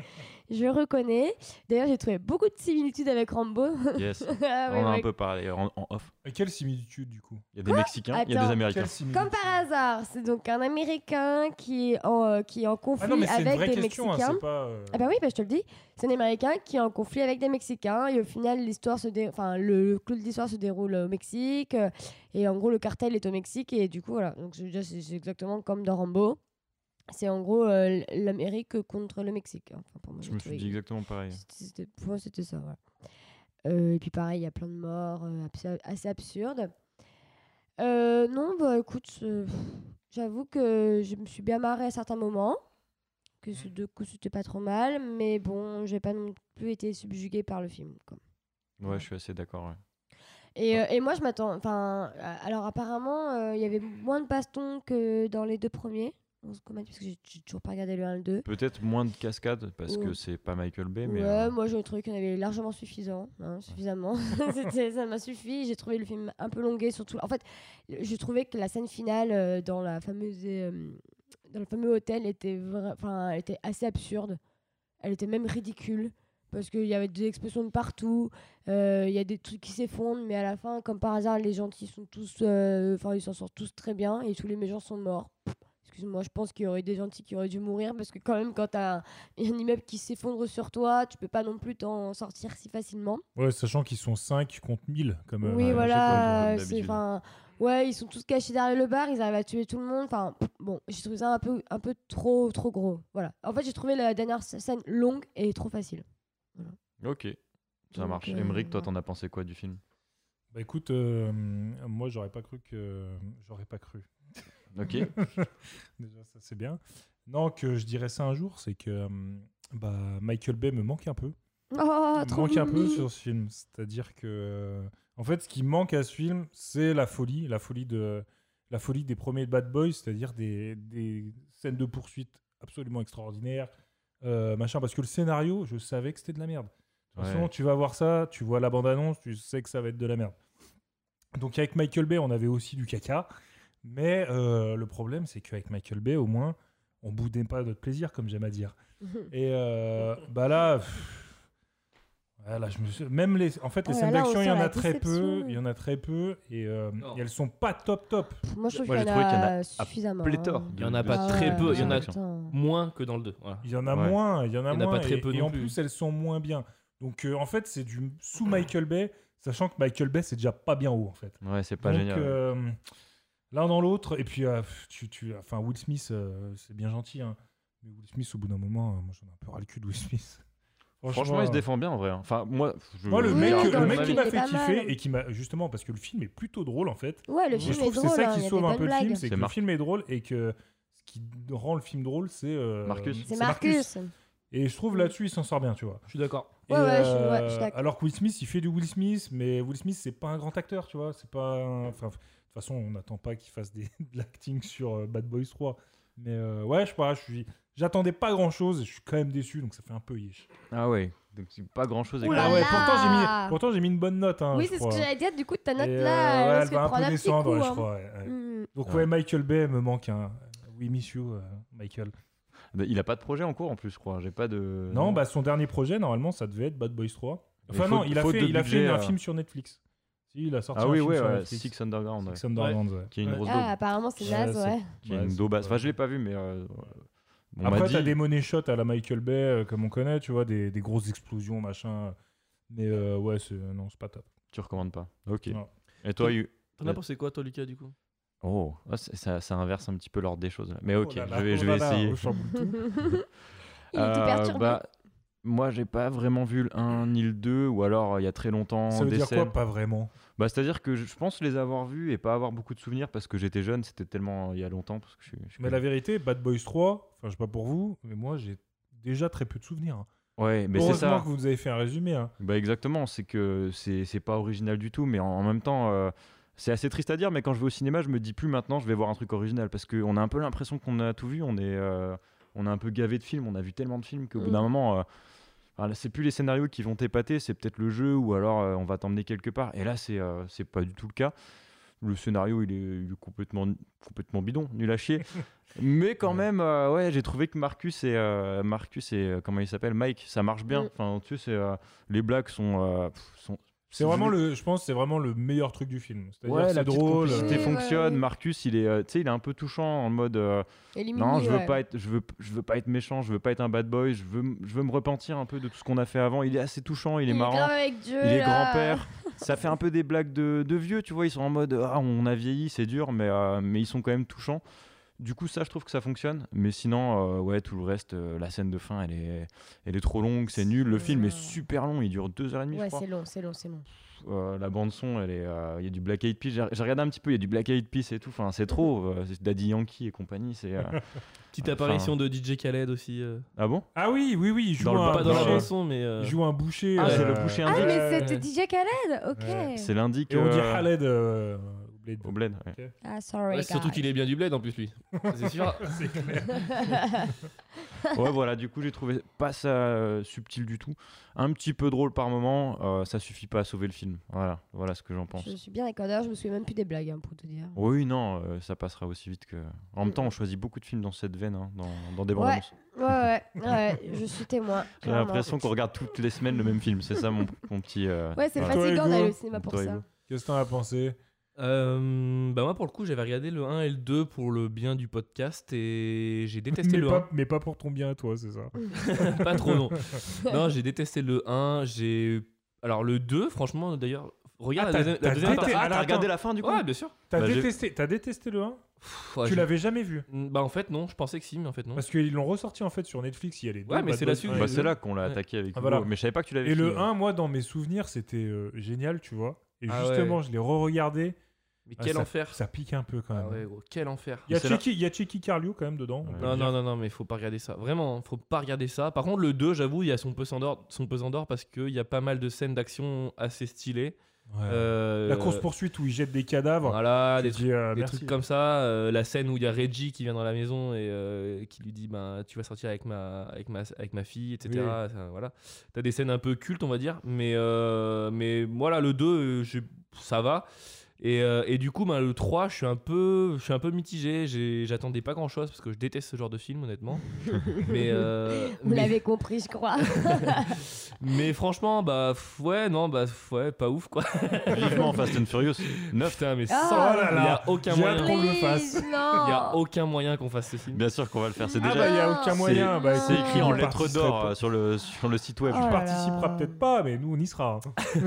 C: [laughs] je reconnais. D'ailleurs, j'ai trouvé beaucoup de similitudes avec Rambo. [laughs]
A: Yes.
C: Ah,
A: on
C: oui,
A: en a un
C: oui.
A: peu parlé en, en off.
B: Et quelle similitude du coup
A: Il y a des Mexicains, il y a
C: Attends.
A: des Américains.
B: Quelle similitude
C: Comme par hasard, c'est donc un Américain qui est en, euh, qui est en conflit
B: Ah non, mais c'est une
C: avec
B: vraie
C: des
B: question, hein,
C: Mexicains.
B: c'est pas. euh,
C: Ah bah oui, bah je te le dis, c'est un Américain qui est en conflit avec des Mexicains et au final l'histoire se dé... enfin le, le clou de l'histoire se déroule au Mexique euh, et en gros le cartel est au Mexique et du coup voilà donc je veux dire, c'est c'est exactement comme dans Rambo, c'est en gros euh, l'Amérique contre le Mexique. hein. Enfin pour moi
A: Je
C: j'ai
A: me suis
C: trouvé-
A: dit exactement pareil.
C: c'était- Pour moi c'était ça. voilà. Euh, et puis pareil il y a plein de morts euh, abs- assez absurdes. Euh, non bah écoute euh, pff, j'avoue que je me suis bien marrée à certains moments que ce deux coups c'était pas trop mal, mais bon, j'ai pas non plus été subjuguée par le film. quoi.
A: Ouais, je suis assez d'accord. ouais.
C: Et, euh, et moi, je m'attends. Enfin, euh, alors apparemment, euh, il y avait moins de bastons que dans les deux premiers. On se commente parce que j'ai j'ai toujours pas regardé le 1 et le 2.
A: Peut-être moins de cascades parce que
C: Ouais.
A: c'est pas Michael Bay, mais
C: Ouais,
A: euh,
C: moi j'ai trouvé qu'il y en avait largement suffisant, hein,
A: [laughs]
C: suffisamment. [laughs] C'était- ça m'a suffi. J'ai trouvé le film un peu longué, surtout. En fait, le- je trouvais que la scène finale euh, dans la fameuse euh, dans le fameux hôtel était vra- enfin, elle était assez absurde. Elle était même ridicule parce qu'il y avait des explosions de partout. euh, Il y a des trucs qui s'effondrent, mais à la fin, comme par hasard, les gentils sont tous, euh, enfin, ils s'en sortent tous très bien et tous les méchants sont morts. Pff, Excuse-moi, je pense qu'il y aurait des gentils qui auraient dû mourir parce que quand même, quand t'as un- [laughs] un immeuble qui s'effondre sur toi, tu peux pas non plus t'en sortir si facilement.
B: Ouais, sachant qu'ils sont 5 contre 1000 comme. euh,
C: Oui,
B: ouais,
C: voilà,
A: j'ai pas eu de-
C: c'est
A: d'habitude.
C: enfin ouais, ils sont tous cachés derrière le bar, ils arrivent à tuer tout le monde. Enfin, pff, bon, j'ai trouvé ça un peu un peu trop trop gros. Voilà. En fait, j'ai trouvé la dernière sc- scène longue et trop facile.
A: ok, ça
C: Donc,
A: marche.
C: euh,
A: Emmerich, toi,
C: voilà.
A: t'en as pensé quoi du film
B: Bah écoute, euh, moi j'aurais pas cru que. J'aurais pas cru.
A: [laughs] Ok.
C: Bah,
B: Déjà, ça c'est bien. Non, que je dirais ça un jour, c'est que euh, bah, Michael Bay me manque un peu.
C: Oh,
B: Il me
C: trop
B: manque un peu
C: mimi.
B: sur ce film. C'est-à-dire que, euh, en fait, ce qui manque à ce film, c'est la folie, la folie de, la folie des premiers Bad Boys, c'est-à-dire des, des scènes de poursuite absolument extraordinaires, euh, machin. Parce que le scénario, je savais que c'était de la merde. De toute
A: Ouais.
B: façon, tu vas voir ça, tu vois la bande-annonce, tu sais que ça va être de la merde. Donc avec Michael Bay, on avait aussi du caca, mais euh, le problème, c'est qu'avec Michael Bay, au moins, on boudait pas notre plaisir, comme j'aime à dire. Et euh, bah là, pff, ouais, là, je me suis- même les, en fait, les
C: Oh là
B: scènes
C: là, on
B: d'action, il y
C: sent
B: en
C: la
B: a très peu,
C: déception.
B: il y en a très peu, et, euh,
D: Non.
B: et elles sont pas top top.
C: Pff, [laughs] Moi, je trouve
A: Moi,
C: qu'il
A: j'ai
C: y en
A: trouvé qu'il y en
C: a,
A: a à
C: suffisamment.
A: Pléthore.
C: hein.
A: de-
D: Il y en a
A: de-
D: pas
C: Ah
D: très
C: ouais,
D: peu, il y en a
C: attends.
D: Moins que dans le 2. Voilà.
B: Il y en a
A: Ouais.
B: moins, il y en a
D: Il y en a
B: moins,
D: pas très
B: et,
D: peu
B: et
D: non
B: en
D: plus.
B: plus, elles sont moins bien. Donc euh, en fait, c'est du sous Michael Bay, sachant que Michael Bay, c'est déjà pas bien haut en fait.
A: Ouais, c'est pas
B: Donc,
A: génial.
B: euh, L'un dans l'autre, et puis euh, pff, tu, tu, enfin Will Smith, euh, c'est bien gentil, hein. mais Will Smith, au bout d'un moment, euh, moi j'en ai un peu ras le cul de Will Smith.
A: Franchement, il se défend bien en vrai. hein. Enfin, moi, je-
B: euh, Moi, le
C: Oui,
B: mec,
C: dans
B: le
C: le
B: mec qui
C: film,
B: m'a
C: il est
B: fait
C: pas
B: kiffer
C: mal.
B: et qui m'a justement parce que le film est plutôt drôle en fait.
C: Ouais, le
B: Et je
C: film est
B: trouve que c'est
C: drôle.
B: ça
C: hein,
B: qui
C: il y a
B: sauve
C: des
B: un
C: bonnes
B: peu le
C: blagues.
B: film, c'est
A: C'est
B: que le
A: marrant.
B: film est drôle et que ce qui rend le film drôle, c'est euh,
A: Marcus.
C: C'est Marcus.
B: Et je trouve là-dessus, il s'en sort bien, tu vois.
D: Je suis d'accord.
C: Ouais,
B: Et, euh,
C: ouais, je suis- ouais, je suis d'accord.
B: alors que Will Smith, il fait du Will Smith, mais Will Smith, c'est pas un grand acteur, tu vois. C'est pas. un- Enfin, de toute façon, on n'attend pas qu'il fasse des, [laughs] de l'acting sur euh, Bad Boys 3. Mais euh, ouais, je sais pas, je suis. J'attendais pas grand chose, je suis quand même déçu, donc ça fait un peu yesh.
A: Ah ouais, donc c'est pas grand chose.
C: Ouh là
B: ouais,
C: là
B: pourtant j'ai mis, pourtant, j'ai mis une bonne note. hein,
C: oui,
B: je
C: c'est ce
B: crois.
C: que j'allais dire. Du coup, ta note
B: Et, euh,
C: là,
B: ouais,
C: elle
B: elle
C: risque de
B: va
C: prendre
B: un
C: un
B: peu
C: petit
B: descendre,
C: coup.
B: ouais, je
C: hein.
B: crois. ouais, ouais.
C: Mm.
B: Donc
A: Ouais.
B: ouais, Michael Bay me manque. Hein. We miss you, euh, Michael.
A: Bah, il a pas de projet en cours en plus, je crois. J'ai pas de.
B: Non, bah son dernier projet, normalement, ça devait être Bad Boys 3. Enfin
A: Mais
B: non,
A: faute-
B: il a
A: faute
B: fait,
A: de
B: il a fait
A: budget,
B: un
A: euh.
B: film sur Netflix. Si, il a sorti
A: Ah
B: un
A: oui,
B: film
A: ouais,
B: sur
A: ouais,
B: Netflix.
A: Six Underground, ouais,
B: Six Underground, ouais.
A: qui est une
B: Ouais.
A: grosse daube.
C: Ah, apparemment, c'est
B: Ouais,
C: naze,
B: c'est-
C: ouais.
A: Qui est
B: Ouais,
A: une
B: c'est
A: daubasse.
B: pas-
A: Enfin, je l'ai pas vu, mais. euh, on m'a
B: Après,
A: dit-
B: t'as des money shots à la Michael Bay, euh, comme on connaît, tu vois, des, des grosses explosions, machin. Mais euh, ouais, c'est, non, c'est pas top.
A: Tu recommandes pas. Ok.
B: Non.
A: Et toi, Yu-
D: T'en as pensé quoi, toi, Lucas, du coup
A: Oh, ah, c'est- ça, ça inverse un petit peu l'ordre des choses. là. Mais ok,
B: Oh là là,
A: je vais, je
B: oh là
A: vais
B: là,
A: essayer.
C: [laughs]
B: on chamboule tout.
C: Il est tout
A: Euh,
C: perturbé.
A: bah, moi, j'ai pas vraiment vu le 1 ni le 2, ou alors euh, il y a très longtemps.
B: Ça veut
A: des
B: dire
A: scènes.
B: quoi Pas vraiment.
A: bah, C'est-à-dire que je je pense les avoir vus et pas avoir beaucoup de souvenirs parce que j'étais jeune, c'était tellement euh, il y a longtemps. Parce que je, suis- je suis
B: Mais la vérité, Bad Boys 3, enfin, je sais pas pour vous, mais moi, j'ai déjà très peu de souvenirs. hein.
A: Ouais, mais c'est
B: Heureusement
A: ça.
B: que vous nous avez fait un résumé. hein.
A: Bah exactement, c'est que c'est c'est pas original du tout, mais en, en même temps, euh, c'est assez triste à dire, mais quand je vais au cinéma, je me dis plus maintenant, je vais voir un truc original, parce qu'on a un peu l'impression qu'on a tout vu, on est, euh, on a un peu gavé de films, on a vu tellement de films qu'au bout
C: Mm.
A: d'un moment, euh, voilà, c'est plus les scénarios qui vont t'épater, c'est peut-être le jeu, ou alors euh, on va t'emmener quelque part, et là, c'est euh, c'est pas du tout le cas. Le scénario, il est, il est complètement, complètement bidon, nul
B: [laughs]
A: à chier. Mais quand
B: Ouais.
A: même, euh, ouais, j'ai trouvé que Marcus et euh, Marcus et euh, comment il s'appelle, Mike, ça marche bien.
C: Mm.
A: Enfin, tu sais, c'est euh, les blagues sont, euh, pff, sont-
B: C'est vraiment le, je pense, que c'est vraiment le meilleur truc du film. C'est-à-dire,
A: Ouais,
B: c'est
A: la petite
B: drôle. euh,
A: complicité
C: Oui, ouais,
A: fonctionne.
C: ouais.
A: Marcus, il est, euh, tu sais, il est un peu touchant en mode, euh,
C: Éliminé,
A: non, je veux
C: ouais.
A: pas être, je veux, je veux pas être méchant, je veux pas être un bad boy, je veux, m- je veux me repentir un peu de tout ce qu'on a fait avant. Il est assez touchant, il est marrant.
C: grave avec Dieu.
A: Il est
C: Euh, là.
A: grand-père. Ça fait un peu des blagues de, de vieux, tu vois. Ils sont en mode ah, on a vieilli, c'est dur, mais, euh, mais ils sont quand même touchants. Du coup, ça, je trouve que ça fonctionne. Mais sinon, euh, ouais, tout le reste, euh, la scène de fin, elle est, elle est trop longue, c'est nul. Le
C: C'est-
A: film est super long, il dure deux heures et demie, je
C: Ouais,
A: crois.
C: c'est long, c'est long, c'est long.
A: Euh, la bande son, elle est, euh, il y a du Black Eyed Peas. J'ai j'ai regardé un petit peu, il y a du Black Eyed Peas et tout. Enfin, c'est trop. euh, c'est Daddy Yankee et compagnie,
C: [laughs]
A: c'est. euh,
D: Petite
A: Enfin.
D: apparition de DJ Khaled aussi. euh.
A: Ah bon
B: Ah oui, oui, oui, il joue
A: Dans le
B: un,
A: Ah,
D: Pas dans la
A: bah,
B: boucher.
D: chanson, mais. euh,
B: Il joue un boucher.
A: Ah, c'est le
B: euh,
A: boucher
C: Ah,
A: indien.
C: mais
B: ouais,
C: c'était
B: ouais.
C: DJ Khaled Ok.
B: Ouais.
A: C'est lundi que.
B: Et on dit Khaled. euh, au bled.
A: Au bled. ouais.
C: Ah, sorry.
D: ouais, surtout
C: guys.
D: qu'il est bien du bled en plus, lui. [laughs] C'est sûr.
A: Ouais, voilà, du coup, j'ai trouvé pas ça euh, subtil du tout. Un petit peu drôle par moment, euh, ça suffit pas à sauver le film. Voilà, voilà ce que j'en pense.
C: Je suis bien d'accord. D'ailleurs, je me souviens même plus des blagues, hein, pour te dire.
A: Oui, non, euh, ça passera aussi vite que. En même temps, on choisit beaucoup de films dans cette veine, hein, dans, dans des bandes annonces.
C: Mm. Ouais, ouais, ouais, je suis témoin.
A: J'ai
C: clairement.
A: l'impression qu'on regarde toutes les semaines le même film, c'est ça
C: [laughs]
A: mon, mon petit. euh,
C: Ouais, c'est
A: voilà.
B: Toi,
C: fatigant
B: Hugo
C: d'aller au cinéma pour
A: Toi,
C: ça.
A: Hugo.
B: Qu'est-ce que t'en as pensé
D: Euh, bah moi pour le coup j'avais regardé le 1 et le 2 pour le bien du podcast et j'ai détesté
B: mais
D: le
B: pas, mais pas pour ton bien à toi, c'est ça.
D: 1. [laughs] pas trop non. Non j'ai détesté le 1. J'ai alors le 2 franchement d'ailleurs regarde
B: Ah, t'as-
D: la deuxième, la
B: t'as
D: deuxième
B: détesté-
D: partie.
A: Ah,
B: Alors,
A: t'as regardé
B: attends.
A: la fin du coup
D: Ouais bien sûr.
B: T'as
A: Bah, j'ai-
B: détesté, t'as détesté le 1
D: Pff, ouais,
B: Tu
D: j'ai-
B: l'avais jamais vu
D: Bah en fait non je pensais que si mais en fait non.
B: Parce qu'ils l'ont ressorti en fait sur Netflix, il y a les deux.
D: Ouais, mais
B: Bad
D: c'est la
B: Boys
D: suite.
B: 1 et
A: Bah,
D: Ouais,
A: c'est
D: le-
A: là qu'on l'a attaqué avec
B: Ah,
A: Hugo,
B: voilà.
A: mais je savais pas que tu l'avais
B: Et
A: fini. hein.
B: le 1, moi, dans mes souvenirs, c'était euh, génial, tu vois. Et
D: Ah
B: justement, je l'ai re-regardé.
D: Mais
B: Ah,
D: quel enfer.
B: Ça pique un peu quand
D: Ah
B: même.
D: ouais gros quel enfer.
B: Il y a
A: C'est là-
B: Checky- il y a Checky Carlio quand même dedans. on peut
D: Non,
B: le dire.
D: non, non, non, mais faut pas regarder ça. Vraiment, hein, faut pas regarder ça. Par contre, le 2, j'avoue, il y a son pesant d'or, son pesant d'or parce qu'il y a pas mal de scènes d'action assez stylées.
B: Ouais.
D: Euh,
B: La course-poursuite où ils jettent des cadavres.
D: Voilà,
B: tu
D: des
B: dis, euh,
D: des
B: merci.
D: trucs comme ça, euh, la scène où il y a Reggie qui vient dans la maison et euh, qui lui dit ben tu vas sortir avec ma avec ma avec ma fille etc.
B: Oui.
D: Ça, voilà, t'as des scènes un peu cultes on va dire, mais euh, mais voilà le 2 euh, j'ai- ça va et, euh, et du coup ben, le 3 je suis un peu je suis un peu mitigé, J'ai- j'attendais pas grand chose parce que je déteste ce genre de film honnêtement, mais euh,
C: Vous
D: mais-
C: l'avez compris, je crois.
D: mais franchement bah pff, ouais non bah pff, ouais pas ouf quoi.
A: Vivement Fast and Furious 9.
D: Putain mais
C: Ah.
D: sans-
B: Oh là
D: il y a
B: là
D: aucun
B: J'ai hâte
D: moyen,
B: qu'on le
C: Please,
B: fasse.
C: Non.
D: il y a aucun moyen qu'on fasse ce film.
A: Bien sûr qu'on va le faire, c'est
B: Ah
A: déjà.
B: bah, il n'y a aucun
C: C'est-
B: moyen. Bah,
A: C'est écrit en
B: on
A: lettres
B: participerait
A: d'or
B: pas.
A: euh, sur le, sur le site web.
C: Oh
B: Tu
C: là
B: participeras
C: là.
B: peut-être pas, mais nous, on y sera. hein.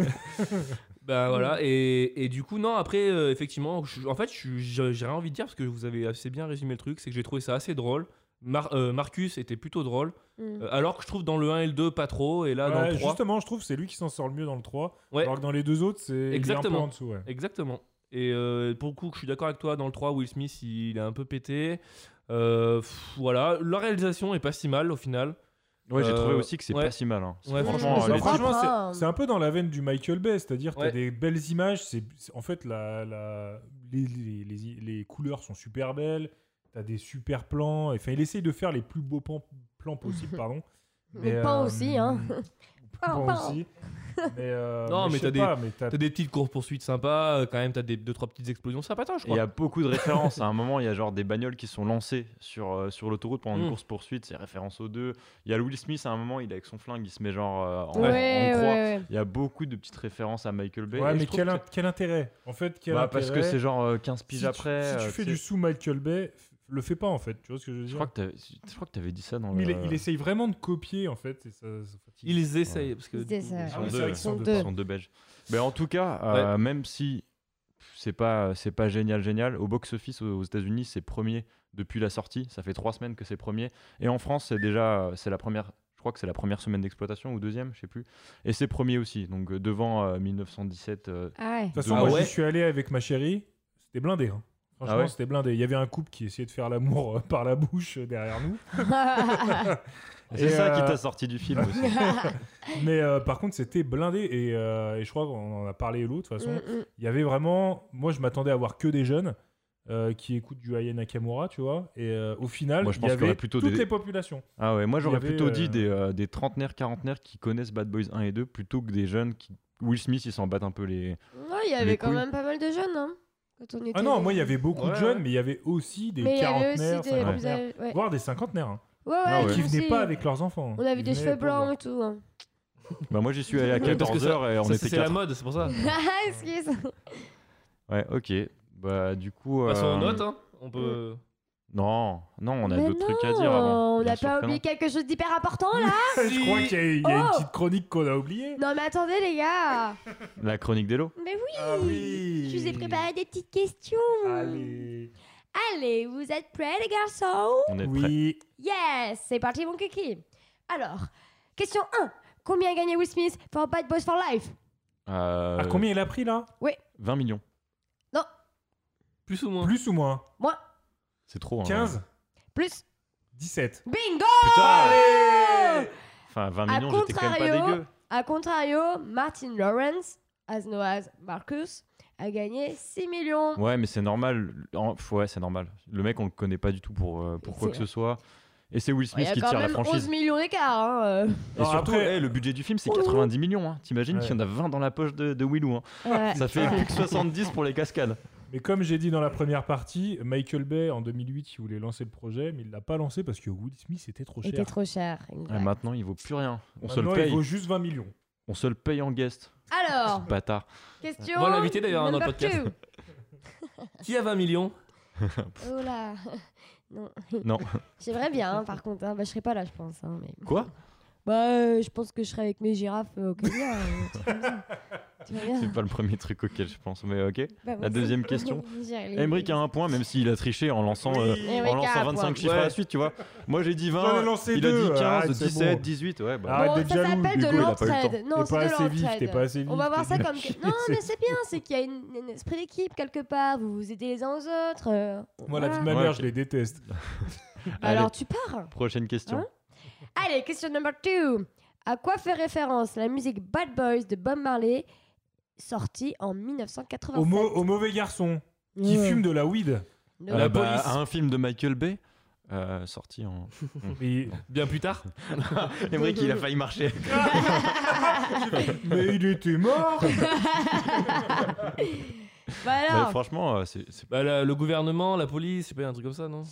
D: Bah voilà, et, et du coup, non, après, euh, effectivement, je- en fait, je suis- j'ai j'ai rien envie de dire parce que vous avez assez bien résumé le truc, c'est que j'ai trouvé ça assez drôle. Mar- euh, Marcus était plutôt drôle,
C: Mm.
D: euh, alors que je trouve dans le 1 et le 2 pas trop, et là Ah, dans
B: Ouais,
D: le 3.
B: justement, je trouve que c'est lui qui s'en sort le mieux dans le 3.
D: Ouais.
B: Alors que dans les deux autres, c'est il est un peu
D: Exactement.
B: en dessous. ouais.
D: Exactement. Et euh, pour le coup, je suis d'accord avec toi, dans le 3, Will Smith, il est un peu pété. Euh, pff, voilà, la réalisation est pas si mal au final.
A: Ouais, j'ai
D: Euh,
A: trouvé aussi que c'est
D: ouais.
A: pas si mal. hein.
D: Ouais,
C: Mm.
D: franchement,
B: c'est
D: euh, les- franchement, c'est-
C: Ah.
B: c'est un peu dans la veine du Michael Bay, c'est-à-dire t'as
D: Ouais.
B: des belles images, c'est c'est- en fait la, la- les, les- les- les couleurs sont super belles, t'as des super plans, enfin il essaye de faire les plus beaux pan-
C: [laughs]
B: plans possibles, pardon.
C: Mais pas aussi, hein. [laughs]
B: Pas
C: Pan, pan.
B: aussi. Mais, euh,
D: Non,
B: je
D: mais
B: sais
D: t'as des-
B: pas, mais t'as-
D: T'as des petites courses poursuites sympas, euh, quand même, t'as des deux trois petites explosions sympas, attends, je
A: Et Il y
D: crois.
A: a beaucoup de références. à un moment, il y a genre des bagnoles qui sont lancées sur, euh, sur l'autoroute pendant
D: Mm.
A: une course-poursuite. C'est référence aux deux. Il y a le Will Smith à un moment, il est avec son flingue, il se met genre euh, en,
C: Ouais,
A: en
C: ouais,
A: croix.
C: ouais.
A: Il y a beaucoup de petites références à Michael Bay.
B: Ouais,
A: Et je
B: mais
A: trouve
B: quel,
A: que-
B: in- quel intérêt En fait, quel
A: Bah, parce que
B: intérêt
A: c'est genre euh, 15
B: Si
A: piges
B: tu-
A: après.
B: Si tu
A: euh,
B: fais
A: tu
B: du
A: sais.
B: sous Michael Bay, f- le fais pas en fait, tu vois ce que je veux
A: Je
B: dire
A: crois que t'avais- je crois que t'avais dit ça dans
B: Mais il,
A: le.
B: il essaye vraiment de copier en fait. et ça- ça fatigue.
D: Ils les essayent, parce que...
C: Ils essayent.
D: ils sont
B: Ah oui, c'est
D: deux.
B: vrai
C: Ils
B: qu'ils
C: sont
B: sont
C: deux.
A: Ils sont deux Belges. Mais en tout cas, euh, même si c'est pas c'est pas génial génial, au box office aux, aux États-Unis c'est premier depuis la sortie. Ça fait trois semaines que c'est premier. Et en France c'est déjà euh, c'est la première. Je crois que c'est la première semaine d'exploitation ou deuxième, je sais plus. Et c'est premier aussi. Donc euh, devant euh, 1917. euh,
C: Ah ouais.
B: De toute façon,
A: Ah
B: moi,
D: ouais
B: j'y suis allé avec ma chérie. C'était blindé. hein. Franchement,
A: Ah ouais
B: c'était blindé. Il y avait un couple qui essayait de faire l'amour euh, par la bouche euh, derrière
C: [laughs]
B: nous.
A: c'est ça qui
B: euh,
A: t'a sorti du film
B: [laughs]
A: aussi.
B: Mais euh, par contre, c'était blindé. Et, euh, et je crois qu'on en a parlé l'autre. De toute façon,
C: Mm, mm.
B: il y avait vraiment. Moi, je m'attendais à voir que des jeunes euh, qui écoutent du Aya Nakamura, tu vois. Et euh, au final,
A: Moi, je
B: il y
A: pense qu'il y aurait
B: avait
A: plutôt
B: toutes
A: des-
B: les populations.
A: Ah ouais, moi
B: Il y
A: j'aurais
B: avait,
A: plutôt dit
B: euh,
A: des, euh, des trentenaires, quarantenaires qui connaissent Bad Boys 1 et 2 plutôt que des jeunes qui. Will Smith, ils s'en battent un peu les.
C: Ouais, il y avait
A: Les
C: quand
A: couilles.
C: même pas mal de jeunes, hein. Quand on était
B: Ah non, moi, il y avait beaucoup de
D: Ouais,
B: jeunes,
D: ouais.
B: mais il y avait aussi des
C: Mais il y avait aussi
B: quarantenaires,
C: des. vous
B: cinquantenaires,
C: avez-
B: hein.
C: Ouais, ouais,
B: voire des cinquantenaires, hein,
C: ouais,
A: ouais.
C: nous
B: qui venaient
C: aussi.
B: pas avec leurs enfants. hein.
C: On avait
B: Ils
C: des
B: venaient
C: cheveux
B: pour voir. [laughs]
C: blancs et tout. Hein.
A: Bah, moi, j'y suis allé à
D: Oui, parce que
A: 14h
D: ça-
A: et on
D: Ça,
A: était
D: c'est la
A: 4.
D: mode, c'est pour ça.
C: Ah, excuse.
A: Ouais, ok. Bah, du coup.
D: Passons
A: euh,
D: aux notes, hein. On peut...
A: Non, non, on a
C: Mais
A: d'autres trucs à dire avant.
C: Non, on
A: Bien
C: n'a
A: sûr
C: pas
A: que
C: oublié quelque chose d'hyper important là
B: Je crois qu'il y a, il y a une
C: Oh
B: petite chronique qu'on a oubliée.
C: Non, mais attendez les gars
A: non. La chronique d'Elo.
C: Mais oui,
B: Ah oui.
C: Je vous ai préparé des petites questions
B: Allez.
C: Allez, vous êtes prêts les garçons
A: On est prêts.
B: Oui.
C: Yes C'est parti mon kiki Alors, question 1 Combien a gagné Will Smith pour Bad Boys for Life
A: Euh,
B: À combien il a pris là
A: 20 millions.
D: Plus ou moins
B: Plus ou moins
C: Moi,
A: C'est trop. hein.
B: 15
C: plus
B: 17
C: Bingo
A: Putain Enfin, 20
C: À
A: millions, j'étais quand même pas
C: contrario-
A: dégueu.
C: A contrario, Martin Lawrence, as no as Marcus, a gagné 6 millions
A: Ouais, mais c'est normal. En- pff, Ouais, c'est normal. Le mec, on le connaît pas du tout pour, euh, pour quoi
C: C'est-
A: que ce soit. Et c'est Will
C: Il y
A: Smith
C: a
A: qui
C: quand
A: tire la
C: même 11
A: franchise.
C: millions d'écart hein euh.
A: Et
B: Alors
A: surtout,
B: après-
A: eh, le budget du film,
C: Oh.
A: c'est 90 millions. hein. T'imagines
B: Ouais.
A: qu'il y en a 20 dans la poche de, de Willou. hein.
C: Ouais.
A: [laughs] Ça fait
C: [laughs]
A: plus que 70 pour les cascades.
B: Mais comme j'ai dit dans la première partie, Michael Bay en 2008 il voulait lancer le projet, mais il l'a pas lancé parce que Will Smith était trop cher.
C: était trop cher. exact.
A: Et maintenant, il vaut plus rien. On se le
B: Maintenant, il
A: paye.
B: vaut juste 20 millions.
A: On se le paye en guest.
C: Alors,
A: Bâtard.
C: question.
D: On va l'inviter, d'ailleurs, dans le
C: number
D: podcast.
C: two.
D: Qui a 20 millions
C: Oh là. [laughs] Non.
A: Non.
C: [laughs] J'aimerais bien, hein, par contre. hein. Bah, je serais pas là, je pense. hein, mais...
A: Quoi
C: Bah, euh, je pense que je serais avec mes girafes euh, au Kenya. euh, un truc comme ça. tu vois bien
A: C'est pas le premier truc auquel je pense, mais ok.
C: Bah, bon,
A: La
C: c'est-
A: deuxième
C: [laughs]
A: question.
C: J'irai les-
A: Emric hein, a un point, même s'il a triché en lançant, euh,
C: Emric
A: en lançant
C: a un
A: 25
C: point.
A: chiffres à
D: Ouais.
A: la suite, tu vois. Moi j'ai dit 20,
B: J'en ai lancé
A: il
B: deux,
A: a dit 15,
B: arrête, c'est
A: 17,
B: bon.
A: 18. Ouais, bah,
B: Arrête
C: Bon,
B: d'être
C: ça
B: jaloux,
C: s'appelle de
A: Hugo, il a pas eu le
C: l'entraide. Non,
B: T'es
C: c'est
B: pas
C: de
B: assez vif,
C: l'entraide.
B: t'es pas assez
C: On va
B: vif,
C: voir
B: t'es
C: ça
B: nul. [laughs]
C: comme. Non, mais c'est bien, c'est qu'il y a une- un esprit d'équipe quelque part. Vous vous aidez les uns aux autres. euh,
B: [laughs] Moi, la vie de
C: voilà.
B: ma
A: Ouais,
B: mère,
A: ok.
B: je les déteste.
A: Allez.
C: Alors, tu pars.
A: prochaine question.
C: Hein Allez, question number two. À quoi fait référence la musique Bad Boys de Bob Marley, sortie en 1987
B: Au, mau- au mauvais garçon qui
C: Ouais.
B: fume de la weed.
C: No.
A: Euh,
D: La
A: bah,
D: police.
A: Un film de Michael Bay euh, sorti [laughs] en.
B: Mais,
D: Bien plus tard
A: Emric il a failli
C: [laughs]
A: marcher.
B: mais il était
A: [laughs]
B: mort
C: Bah
A: Bah,
C: alors,
A: franchement, euh, c'est. c'est-
D: Bah, la- le gouvernement, la police, je sais pas, un truc comme ça, non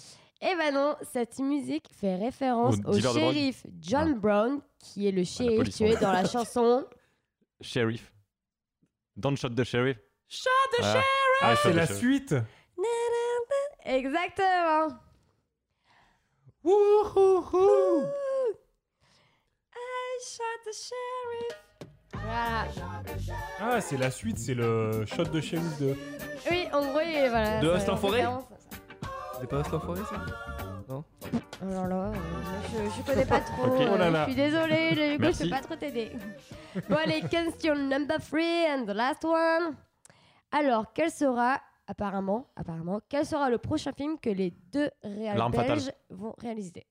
C: eh ben non, cette musique fait référence
A: Au
C: au,
A: dealer de drogue.
C: shérif John Brown, qui est le shérif
A: police,
C: tué
A: on-
C: dans la chanson.
A: Sheriff. Don't shot the sheriff.
C: Shot
A: the sheriff Ah, shot
B: C'est
A: the
B: la
A: sheriff.
B: suite
C: Exactement.
B: Wouhouhou
C: I shot the sheriff. Voilà.
B: Ah, c'est la suite, c'est le shot de chez Will 2.
C: Oui, en gros, il- voilà.
D: De
C: ça-
D: Astor
C: en
D: Forêt
C: référence.
D: C'est pas Aslan Forêt, ça
C: Oh là là, euh, je,
A: [laughs]
C: je connais pas trop.
A: Ok.
C: euh,
B: Oh là là.
C: Je suis désolée,
A: [laughs]
C: le- Hugo, je
A: Merci.
C: peux pas trop t'aider. Bon, allez, question number three and the last one. Alors, quel sera, apparemment, apparemment, quel sera le prochain film que les deux réals
A: L'arme fatale.
C: belges vont réaliser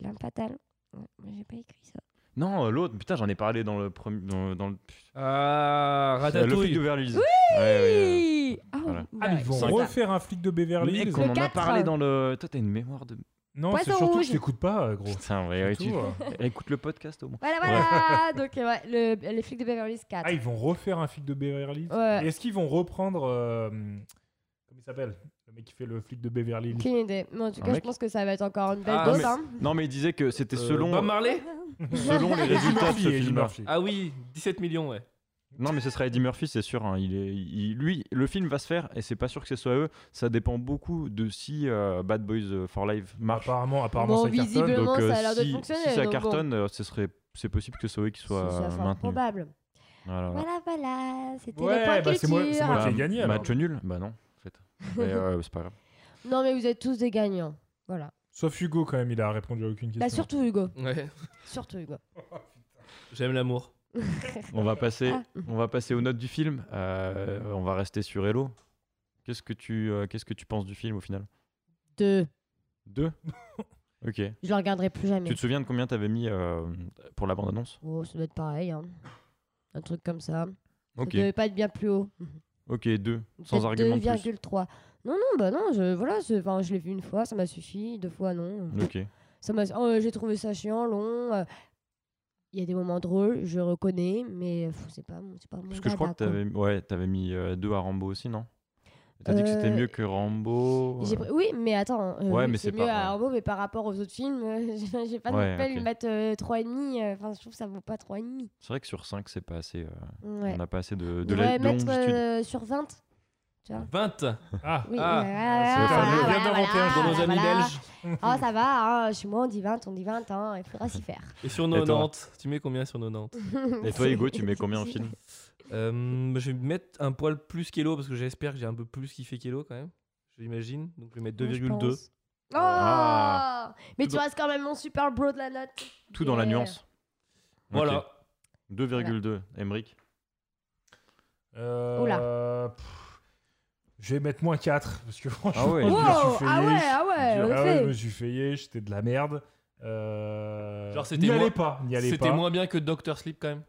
C: L'arme fatale Ouais, mais j'ai pas écrit ça.
A: Non, euh, l'autre, putain, j'en ai parlé dans le premier. Dans, dans le...
I: Ah,
A: Euh, le
I: Ratatouille.
A: flic de Verlise.
C: Ah,
A: Voilà.
B: Ah, mais ils vont
A: Cinq.
B: refaire un flic de Beverly
A: Mec,
B: Hills.
A: on en a parlé dans le. Toi, t'as une mémoire de.
B: Non,
C: Poisson
B: c'est surtout que
C: rouge.
B: je t'écoute pas, euh, gros. euh,
A: Putain, ouais, ouais,
B: C'est
A: tu-
B: tout, hein.
A: Elle écoute le podcast au moins.
C: Voilà, voilà Donc, euh, ouais, le- les flics de Beverly Hills 4.
B: Ah, ils vont refaire un flic de Beverly Hills.
C: Ouais.
B: Et Est-ce qu'ils vont reprendre. euh, comment il s'appelle Le mec qui fait le flic de Beverly [laughs] Hills.
C: Aucune idée. Mais en tout
A: Un
C: cas, je
A: mec
C: pense que ça va être encore une belle
I: Ah,
C: dose.
I: mais-
C: hein.
A: Non, mais il disait que c'était
I: Euh,
A: selon,
C: bah,
I: Bob Marley
A: selon les résultats de ce
B: Murphy, Eddie
A: film.
B: Murphy.
D: Ah oui, 17 millions, ouais.
A: Non, mais ce sera Eddie Murphy, c'est sûr. hein. Il est, il- lui, le film va se faire et c'est pas sûr que ce soit eux. Ça dépend beaucoup de si euh, Bad Boys for Life marche.
B: Apparemment, apparemment
C: Bon,
B: ça cartonne.
C: visible- Apparemment,
A: Donc, euh,
C: ça a l'air de
A: si,
C: fonctionner,
A: si ça
C: donc bon.
A: cartonne, euh, ce serait, c'est possible que ce soit eux qui soient
C: Ce soit
A: euh,
C: fort
A: maintenus.
C: probable.
A: Voilà.
C: Voilà, voilà, c'était les points
B: Ouais, bah, c'est moi,
C: culture.
B: c'est moi qui ai
A: Bah,
B: gagné. alors.
A: Match nul Bah non, en fait. Mais
C: [laughs]
A: euh, c'est pas grave.
C: Non, mais vous êtes tous des gagnants. Voilà.
B: Sauf Hugo, quand même, il a répondu à aucune question.
C: Bah, surtout Hugo.
D: Ouais.
C: Surtout Hugo.
D: J'aime l'amour.
A: On va passer,
C: Ah.
A: on va passer aux notes du film. Euh, on va rester sur Hello. Qu'est-ce que tu, euh, qu'est-ce que tu penses du film au final
C: Deux. [laughs]
A: Deux. Ok.
C: Je le regarderai plus jamais.
A: Tu te souviens de combien t'avais mis euh, pour la bande-annonce
C: Oh, ça doit être pareil. hein. Un truc comme ça.
A: Ok.
C: Ça devait pas être bien plus haut.
A: Ok, deux. Sans
C: Peut-être
A: argument de plus.
C: 2,3. Non, non, bah non, je, voilà, c'est- enfin, je l'ai vu une fois, ça m'a suffi. Deux fois, non.
A: Ok.
C: Ça m'a, oh, j'ai trouvé ça chiant, long. euh, Il y a des moments drôles, je reconnais, mais pff, c'est pas, mon- c'est pas mon
A: Parce que je crois que
C: dada, quoi.
A: t'avais, ouais, t'avais mis euh, deux à Rambo aussi, non T'as dit que c'était
C: Euh,
A: mieux que Rambo.
C: J'ai
A: euh,
C: pris- Oui, mais attends, euh,
A: Ouais,
C: oui,
A: mais
C: c'est
A: c'est
C: mieux
A: pas-
C: à
A: ouais.
C: Rambo, mais par rapport aux autres films, euh, [laughs] j'ai- j'ai pas
A: Ouais,
C: de peine de
A: ok.
C: lui mettre euh, 3,5. euh, Enfin, je trouve que ça vaut pas 3,5.
A: C'est vrai que sur 5, c'est pas assez. euh,
C: Ouais.
A: On n'a pas assez de,
C: On
A: de la
C: devrait
A: de
C: mettre
A: longitude.
C: euh, sur 20. Tu vois
D: 20
B: Ah,
C: Oui,
D: Ah,
C: euh,
B: c'est
C: voilà,
B: fameux.
C: voilà,
B: Viens d'inventer un
C: voilà,
D: pour nos amis
C: voilà.
D: belges.
C: Oh, ça va, hein, chez moi on dit 20, on dit 20, hein, il faudra s'y faire.
D: Et sur
A: Et
D: nos
A: toi
D: Nantes, tu mets combien sur nos Nantes
C: euh,
A: Et
C: [laughs]
A: toi, Hugo, tu mets combien en film
D: Euh, bah, je vais mettre un poil plus qu'Elo parce que j'espère que j'ai un peu plus kiffé qu'Elo quand même. Je l'imagine. Donc je vais mettre 2,2.
C: Oh
A: Ah.
C: Mais
D: Tout
C: tu
D: dans-
C: restes quand même mon super bro de la note.
A: Tout dans la
C: Yeah.
A: nuance. Ok.
D: Voilà.
A: 2,2. Emric.
B: Euh, pff, Je vais mettre moins 4 parce que franchement,
A: Ah ouais.
B: Oh, je me
C: Wow,
B: suis fait
C: ah
B: yé,
C: ouais,
B: je-
C: ah ouais, en
B: ah ouais,
C: effet.
B: je me suis fait yé, j'étais de la merde. Euh,
D: Genre, c'était
B: n'y
D: moins-
B: allez pas, n'y allez
D: C'était
B: pas.
D: moins bien que Doctor Sleep quand même.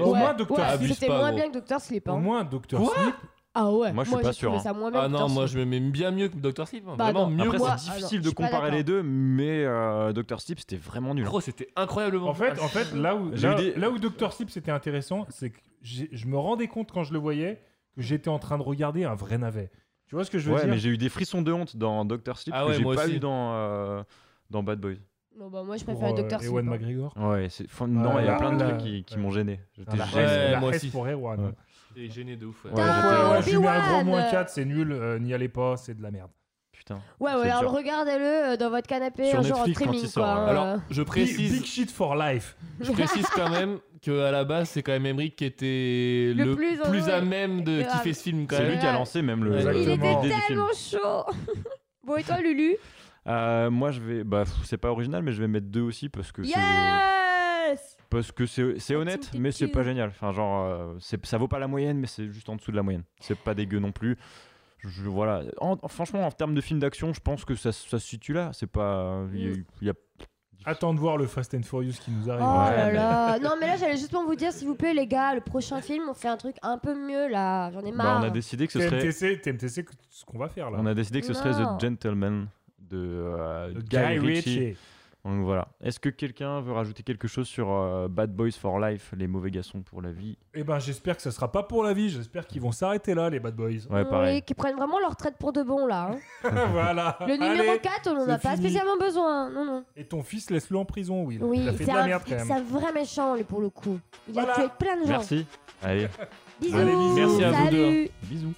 B: Au
C: Ouais,
B: moins Docteur
C: ouais,
D: Abuse
C: C'était
D: pas,
C: moins
D: gros.
C: bien que Docteur Sleep.
B: Au
C: hein.
B: moins Docteur
D: Quoi
B: Sleep.
C: Ah ouais,
A: Moi, je suis
C: moi,
A: pas
C: j'ai
A: sûr,
C: trouvé
A: hein.
C: ça moins bien
D: Ah
C: que
D: non,
C: Docteur
D: moi
C: Sleep.
D: je me mets bien mieux que Doctor Sleep. hein.
C: Bah
D: Vraiment
C: non.
D: mieux.
A: Après,
C: moi-
A: c'est
C: alors,
A: difficile
C: je
A: de
C: suis pas
A: comparer
C: d'accord.
A: les deux, mais euh, Dr. Sleep, c'était vraiment nul. hein.
D: Gros, c'était incroyablement.
B: En fait, en fait, là où
A: J'ai
B: là,
A: eu des-
B: là où Docteur Sleep c'était intéressant, c'est que j'ai- je me rendais compte quand je le voyais que j'étais en train de regarder un vrai navet. Tu vois ce que je veux
A: ouais,
B: dire
A: mais j'ai eu des frissons de honte dans Dr. Sleep
D: Ah
A: que
D: ouais,
A: j'ai
D: moi
A: pas
D: aussi.
A: eu dans, euh, dans Bad Boys.
C: Non, bah moi je
B: Pour,
C: préfère
B: euh,
C: Docteur Sleep.
B: Ewan
C: hein.
B: McGregor.
A: Ouais, c'est... enfin, non, il y a
B: là,
A: plein de
B: là.
A: trucs qui, qui m'ont gêné.
C: Ah,
A: J'étais
B: la
A: gêné.
B: haine, la
D: moi
B: haine
D: aussi.
B: pour Ewan.
A: Ouais.
D: J'étais gêné de ouf. ouais.
A: Ouais,
C: Putain,
A: j'étais-
C: ouais,
B: Ouais, je lui mets un
C: Obi-Wan.
B: gros moins 4, c'est nul, euh, n'y allez pas, c'est de la merde.
A: Putain.
C: Ouais,
A: C'est
C: ouais, alors
A: dur.
C: regardez-le euh, dans votre canapé,
A: Sur
C: un jour en
A: Netflix, quand il
C: streaming,
A: sort, euh,
C: quoi.
A: ouais.
C: hein.
D: Alors, je
B: Big,
D: précise,
B: big shit for life.
D: je précise quand même que à la base, c'est quand même Emmerich qui était
C: Le
D: le,
C: plus
D: plus,
C: en- ouais.
D: à même de
C: Grave.
D: kiffer ce film quand
A: C'est lui
D: même.
A: qui a lancé même le,
B: Exactement.
C: Il
A: l'idée
C: était
B: Exactement.
A: du film.
C: tellement chaud. [laughs] bon, et toi, Lulu
A: Euh, moi, je vais. Bah, pff, c'est pas original, mais je vais mettre deux aussi parce que c'est
C: Yes
A: parce que c'est c'est honnête,
C: Petit
A: mais c'est
C: cul.
A: pas génial. Enfin, genre, euh, c'est- ça vaut pas la moyenne, mais c'est juste en dessous de la moyenne. C'est pas dégueu non plus. Je- Je, voilà. En- franchement, en termes de film d'action, je pense que ça, ça se situe là. C'est pas. il y a eu- il y a-
B: Attends de voir le Fast and Furious qui nous
C: Oh
B: arrive.
C: là
A: mais-
C: là Non, mais là, j'allais justement vous dire, s'il vous plaît, les gars, le prochain film, on fait un truc un peu mieux, là. J'en ai
A: bah,
C: marre.
A: on a décidé que ce serait.
B: TMTC, TMTC, ce qu'on va faire là.
A: On a décidé que ce serait
C: Non.
A: The Gentleman de euh,
B: Le Guy Ritchie.
A: Donc voilà. Est-ce que quelqu'un veut rajouter quelque chose sur euh, Bad Boys for Life, les mauvais garçons pour la vie
B: Eh ben, j'espère que ce sera pas pour la vie. J'espère qu'ils vont s'arrêter là, les Bad Boys.
A: Ouais, pareil.
C: Oui, qui prennent vraiment leur retraite pour de bon, là. hein.
B: [laughs] voilà.
C: Le numéro
B: Allez.
C: 4, on en a
B: c'est
C: pas
B: fini.
C: spécialement besoin. Non, non.
B: Et ton fils, laisse-le en prison, Will.
C: Oui,
B: Il a fait
C: c'est
B: de la
C: un,
B: merde quand
C: c'est
B: même.
C: un vrai méchant, lui, pour le coup. Il
B: hein. Voilà.
C: a tué plein de gens.
A: Merci. Allez,
C: Bisous.
B: Allez, bisous.
D: Merci à vous
C: Salut.
D: deux.
A: bisous.